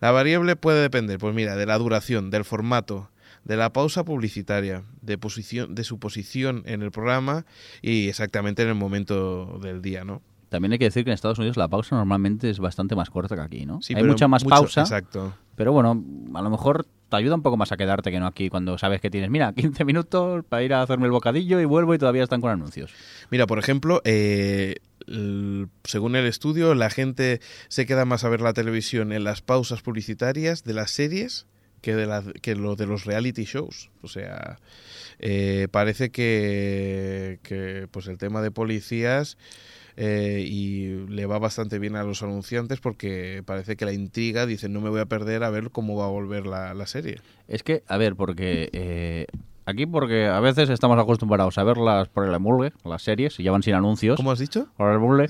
A: La variable puede depender, pues mira, de la duración, del formato, de la pausa publicitaria, de, posición, de su posición en el programa y exactamente en el momento del día, ¿no?
F: También hay que decir que en Estados Unidos la pausa normalmente es bastante más corta que aquí, ¿no?
A: Sí,
F: hay
A: pero
F: mucha más
A: mucho-
F: pausa,
A: Exacto.
F: pero bueno, a lo mejor te ayuda un poco más a quedarte que no aquí cuando sabes que tienes, mira, 15 minutos para ir a hacerme el bocadillo y vuelvo y todavía están con anuncios.
A: Mira, por ejemplo, eh, l- según el estudio, la gente se queda más a ver la televisión en las pausas publicitarias de las series que, de la- que lo de los reality shows. O sea, eh, parece que, que, pues el tema de policías eh, y le va bastante bien a los anunciantes porque parece que la intriga, dicen, no me voy a perder a ver cómo va a volver la, la serie.
F: Es que, a ver, porque eh, aquí porque a veces estamos acostumbrados a verlas por el emulgue, las series, y ya van sin anuncios.
A: ¿Cómo has dicho?
F: Por el emulgue.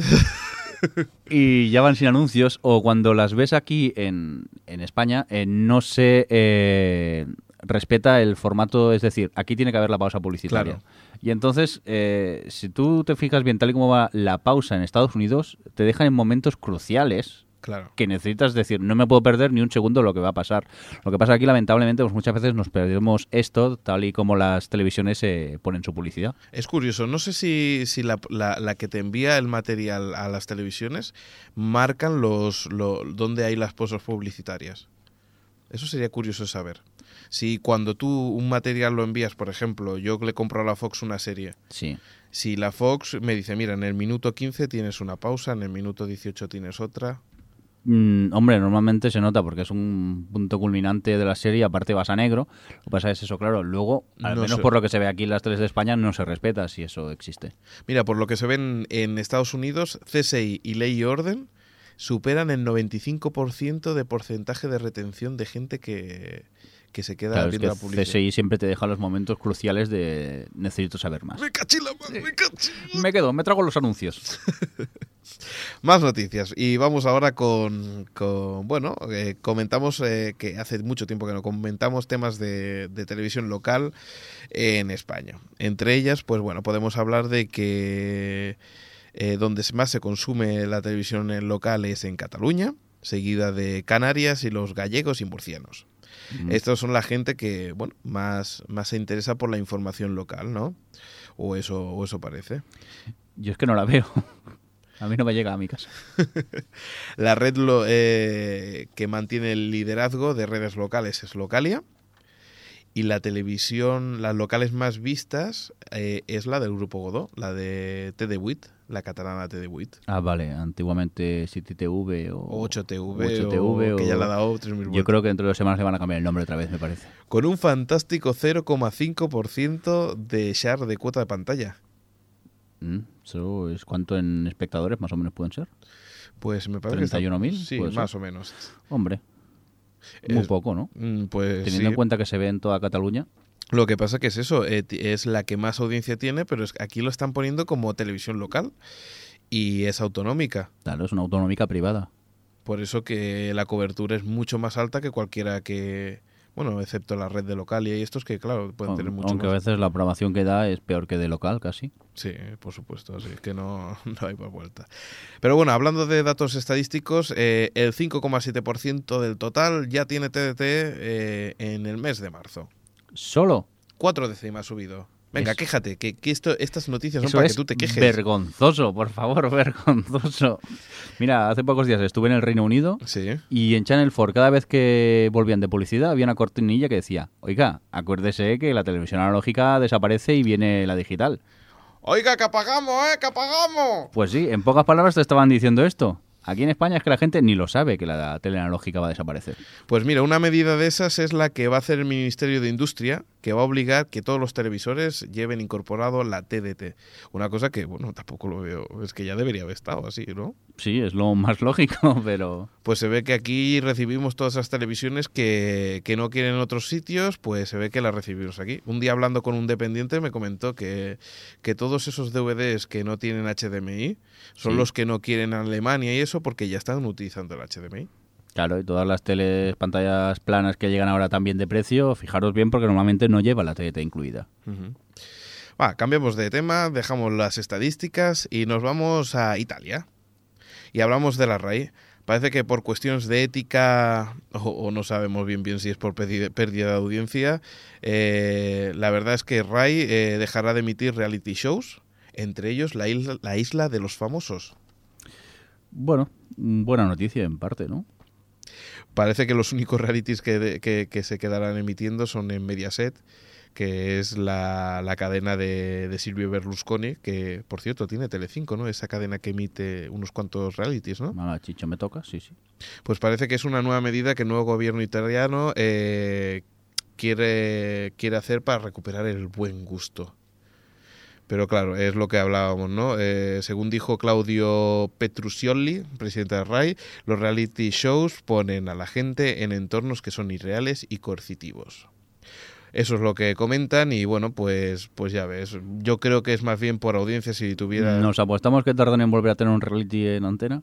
F: y ya van sin anuncios. O cuando las ves aquí en, en España, eh, no se eh, respeta el formato, es decir, aquí tiene que haber la pausa publicitaria.
A: Claro.
F: Y entonces, eh, si tú te fijas bien tal y como va la pausa en Estados Unidos, te dejan en momentos cruciales
A: Claro.
F: que necesitas decir, no me puedo perder ni un segundo lo que va a pasar. Lo que pasa aquí, lamentablemente, pues muchas veces nos perdemos esto, tal y como las televisiones eh, ponen su publicidad.
A: Es curioso, no sé si, si la, la- la que te envía el material a las televisiones marcan los lo, dónde hay las pausas publicitarias. Eso sería curioso saber. Si cuando tú un material lo envías, por ejemplo, yo le compro a la Fox una serie,
F: Sí.
A: si la Fox me dice, mira, en el minuto 15 tienes una pausa, en el minuto 18 tienes otra,
F: Mm, hombre, normalmente se nota porque es un punto culminante de la serie, y aparte vas a negro. Lo que pasa es eso, claro, luego, al
A: No
F: menos
A: sé.
F: por lo que se ve aquí en las teles de España, no se respeta si eso existe.
A: Mira, por lo que se ven en Estados Unidos, CSI y Ley y Orden superan el 95% de porcentaje de retención de gente que, que se queda
F: Claro, es
A: viendo
F: que
A: la publicidad.
F: CSI siempre te deja los momentos cruciales de necesito saber más.
A: Me cachí la ma- me cachí.
F: Me quedo, me trago los anuncios.
A: Más noticias. Y vamos ahora con, con- bueno, eh, comentamos eh, que hace mucho tiempo que no comentamos temas de, de televisión local en España. Entre ellas, pues bueno, podemos hablar de que eh, donde más se consume la televisión eh, local es en Cataluña, seguida de Canarias y los gallegos y murcianos.
F: Mm.
A: Estos son la gente que, bueno, más, más se interesa por la información local, ¿no? O eso, o eso parece.
F: Yo es que no la veo. A mí no me llega a mi casa.
A: La red lo- eh, que mantiene el liderazgo de redes locales es Localia. Y la televisión, las locales más vistas eh, es la del Grupo Godó, la de TDWIT, la catalana TDWIT.
F: Ah, vale, antiguamente City TV o
A: O 8TV,
F: 8TV
A: o- que ya
F: o-
A: le ha dado 3.000
F: Yo
A: vueltas.
F: creo que dentro de dos semanas le van a cambiar el nombre otra vez, me parece.
A: Con un fantástico 0,5% de share de cuota de pantalla.
F: Mm, ¿Eso es cuánto en espectadores más o menos pueden ser?
A: Pues me parece que está-
F: 31.000,
A: Sí,
F: puede ser.
A: más o menos.
F: Hombre, muy
A: Es-
F: poco, ¿no?
A: Mm, Pues sí.
F: Teniendo en cuenta que se ve en toda Cataluña.
A: Lo que pasa que es eso, eh, ti- es la que más audiencia tiene, pero es, aquí lo están poniendo como televisión local y es autonómica.
F: Claro, es una autonómica privada.
A: Por eso que la cobertura es mucho más alta que cualquiera que... Bueno, excepto la red de Localia y estos que, claro, pueden tener mucho
F: Aunque
A: más.
F: a veces la programación que da es peor que de local casi.
A: Sí, por supuesto, así que no, no hay más vuelta. Pero bueno, hablando de datos estadísticos, eh, el 5,7% del total ya tiene TDT eh, en el mes de marzo.
F: Solo.
A: Cuatro décimas subido. Venga,
F: Eso.
A: quéjate, que, que esto, estas noticias son
F: Eso
A: para
F: es
A: que tú te quejes.
F: vergonzoso, por favor, vergonzoso. Mira, hace pocos días estuve en el Reino Unido
A: Sí.
F: y en Channel 4 cada vez que volvían de publicidad había una cortinilla que decía, oiga, acuérdese que la televisión analógica desaparece y viene la digital.
A: Oiga, que apagamos, ¿eh? Que apagamos.
F: Pues sí, en pocas palabras te estaban diciendo esto. Aquí en España es que la gente ni lo sabe que la tele analógica va a desaparecer.
A: Pues mira, una medida de esas es la que va a hacer el Ministerio de Industria, que va a obligar que todos los televisores lleven incorporado la TDT. Una cosa que, bueno, tampoco lo veo, es que ya debería haber estado así, ¿no?
F: Sí, es lo más lógico, pero...
A: Pues se ve que aquí recibimos todas esas televisiones que, que no quieren en otros sitios, pues se ve que las recibimos aquí. Un día hablando con un dependiente me comentó que, que todos esos DVDs que no tienen HDMI son
F: Sí.
A: los que no quieren en Alemania y eso porque ya están utilizando el HDMI.
F: Claro, y todas las teles, pantallas planas que llegan ahora también de precio, fijaros bien porque normalmente no lleva la TDT incluida.
A: Ujú. Va, cambiamos de tema, dejamos las estadísticas y nos vamos a Italia. Y hablamos de la RAI. Parece que por cuestiones de ética, o, o no sabemos bien bien si es por pedi- pérdida de audiencia, eh, la verdad es que RAI eh, dejará de emitir reality shows, entre ellos la isla, la isla de los famosos.
F: Bueno, mm, buena noticia en parte, ¿no?
A: Parece que los únicos realities que, de- que- que se quedarán emitiendo son en Mediaset, que es la, la cadena de, de Silvio Berlusconi, que por cierto tiene Telecinco, ¿no? Esa cadena que emite unos cuantos realities, ¿no?
F: Mala chicho me toca, sí, sí.
A: Pues parece que es una nueva medida que el nuevo gobierno italiano eh, quiere, quiere hacer para recuperar el buen gusto. Pero claro, es lo que hablábamos, ¿no? Eh, según dijo Claudio Petruccioli, presidente de RAI, los reality shows ponen a la gente en entornos que son irreales y coercitivos. Eso es lo que comentan y bueno, pues, pues ya ves. Yo creo que es más bien por audiencia si tuviera...
F: Nos apostamos que tardan en volver a tener un reality en antena.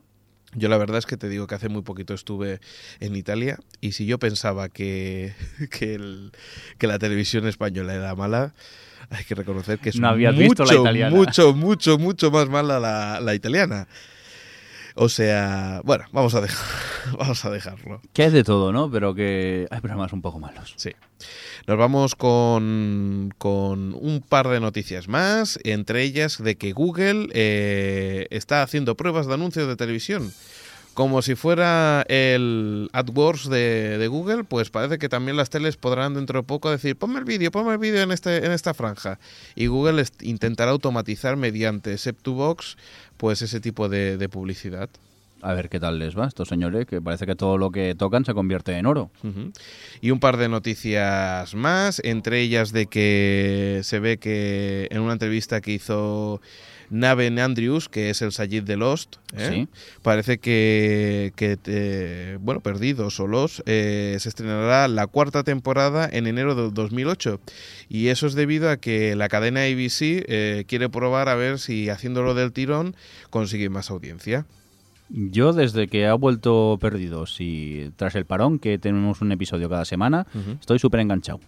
A: Yo la verdad es que te digo que hace muy poquito estuve en Italia y si yo pensaba que, que, el- que la televisión española era mala, hay que reconocer que es
F: No habías
A: mucho,
F: visto la italiana.
A: mucho, mucho, mucho más mala la, la italiana. O sea, bueno, vamos a, dejar, vamos a dejarlo.
F: Que hay de todo, ¿no? Pero que hay programas un poco malos.
A: Sí. Nos vamos con, con un par de noticias más, entre ellas de que Google eh, está haciendo pruebas de anuncios de televisión. Como si fuera el AdWords de, de Google, pues parece que también las teles podrán dentro de poco decir, ponme el vídeo, ponme el vídeo en, este, en esta franja. Y Google est- intentará automatizar mediante Septubox pues ese tipo de, de publicidad.
F: A ver qué tal les va a estos señores, que parece que todo lo que tocan se convierte en oro.
A: Ujú. Y un par de noticias más, entre ellas de que se ve que en una entrevista que hizo Naven Andrews, que es el Sayid de Lost, ¿eh? parece que, que, eh, bueno, Perdidos o Lost, eh, se estrenará la cuarta temporada en enero de 2008. Y eso es debido a que la cadena ABC eh, quiere probar a ver si haciéndolo del tirón consigue más audiencia.
F: Yo desde que ha vuelto Perdidos y tras el parón, que tenemos un episodio cada semana,
A: Ujú.
F: estoy súper enganchado.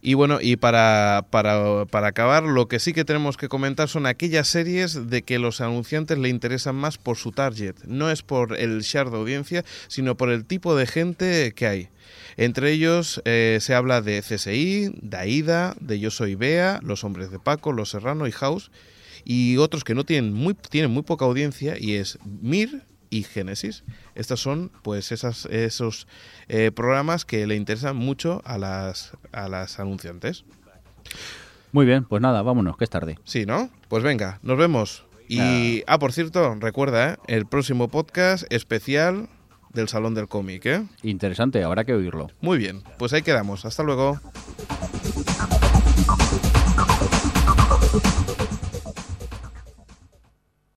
A: Y bueno, y para, para, para acabar, lo que sí que tenemos que comentar son aquellas series de que los anunciantes le interesan más por su target. No es por el share de audiencia, sino por el tipo de gente que hay. Entre ellos eh, se habla de CSI, de Aida, de Yo Soy Bea, Los Hombres de Paco, Los Serrano y House, y otros que no tienen muy, tienen muy poca audiencia, y es Mir y Génesis. Estas son pues esas, esos eh, programas que le interesan mucho a las, a las anunciantes.
F: Muy bien, pues nada, vámonos, que es tarde.
A: Sí, ¿no? Pues venga, nos vemos. Y, ah, por cierto, recuerda, ¿eh? el próximo podcast especial del Salón del Cómic, ¿eh?
F: Interesante, habrá que oírlo.
A: Muy bien, pues ahí quedamos. Hasta luego.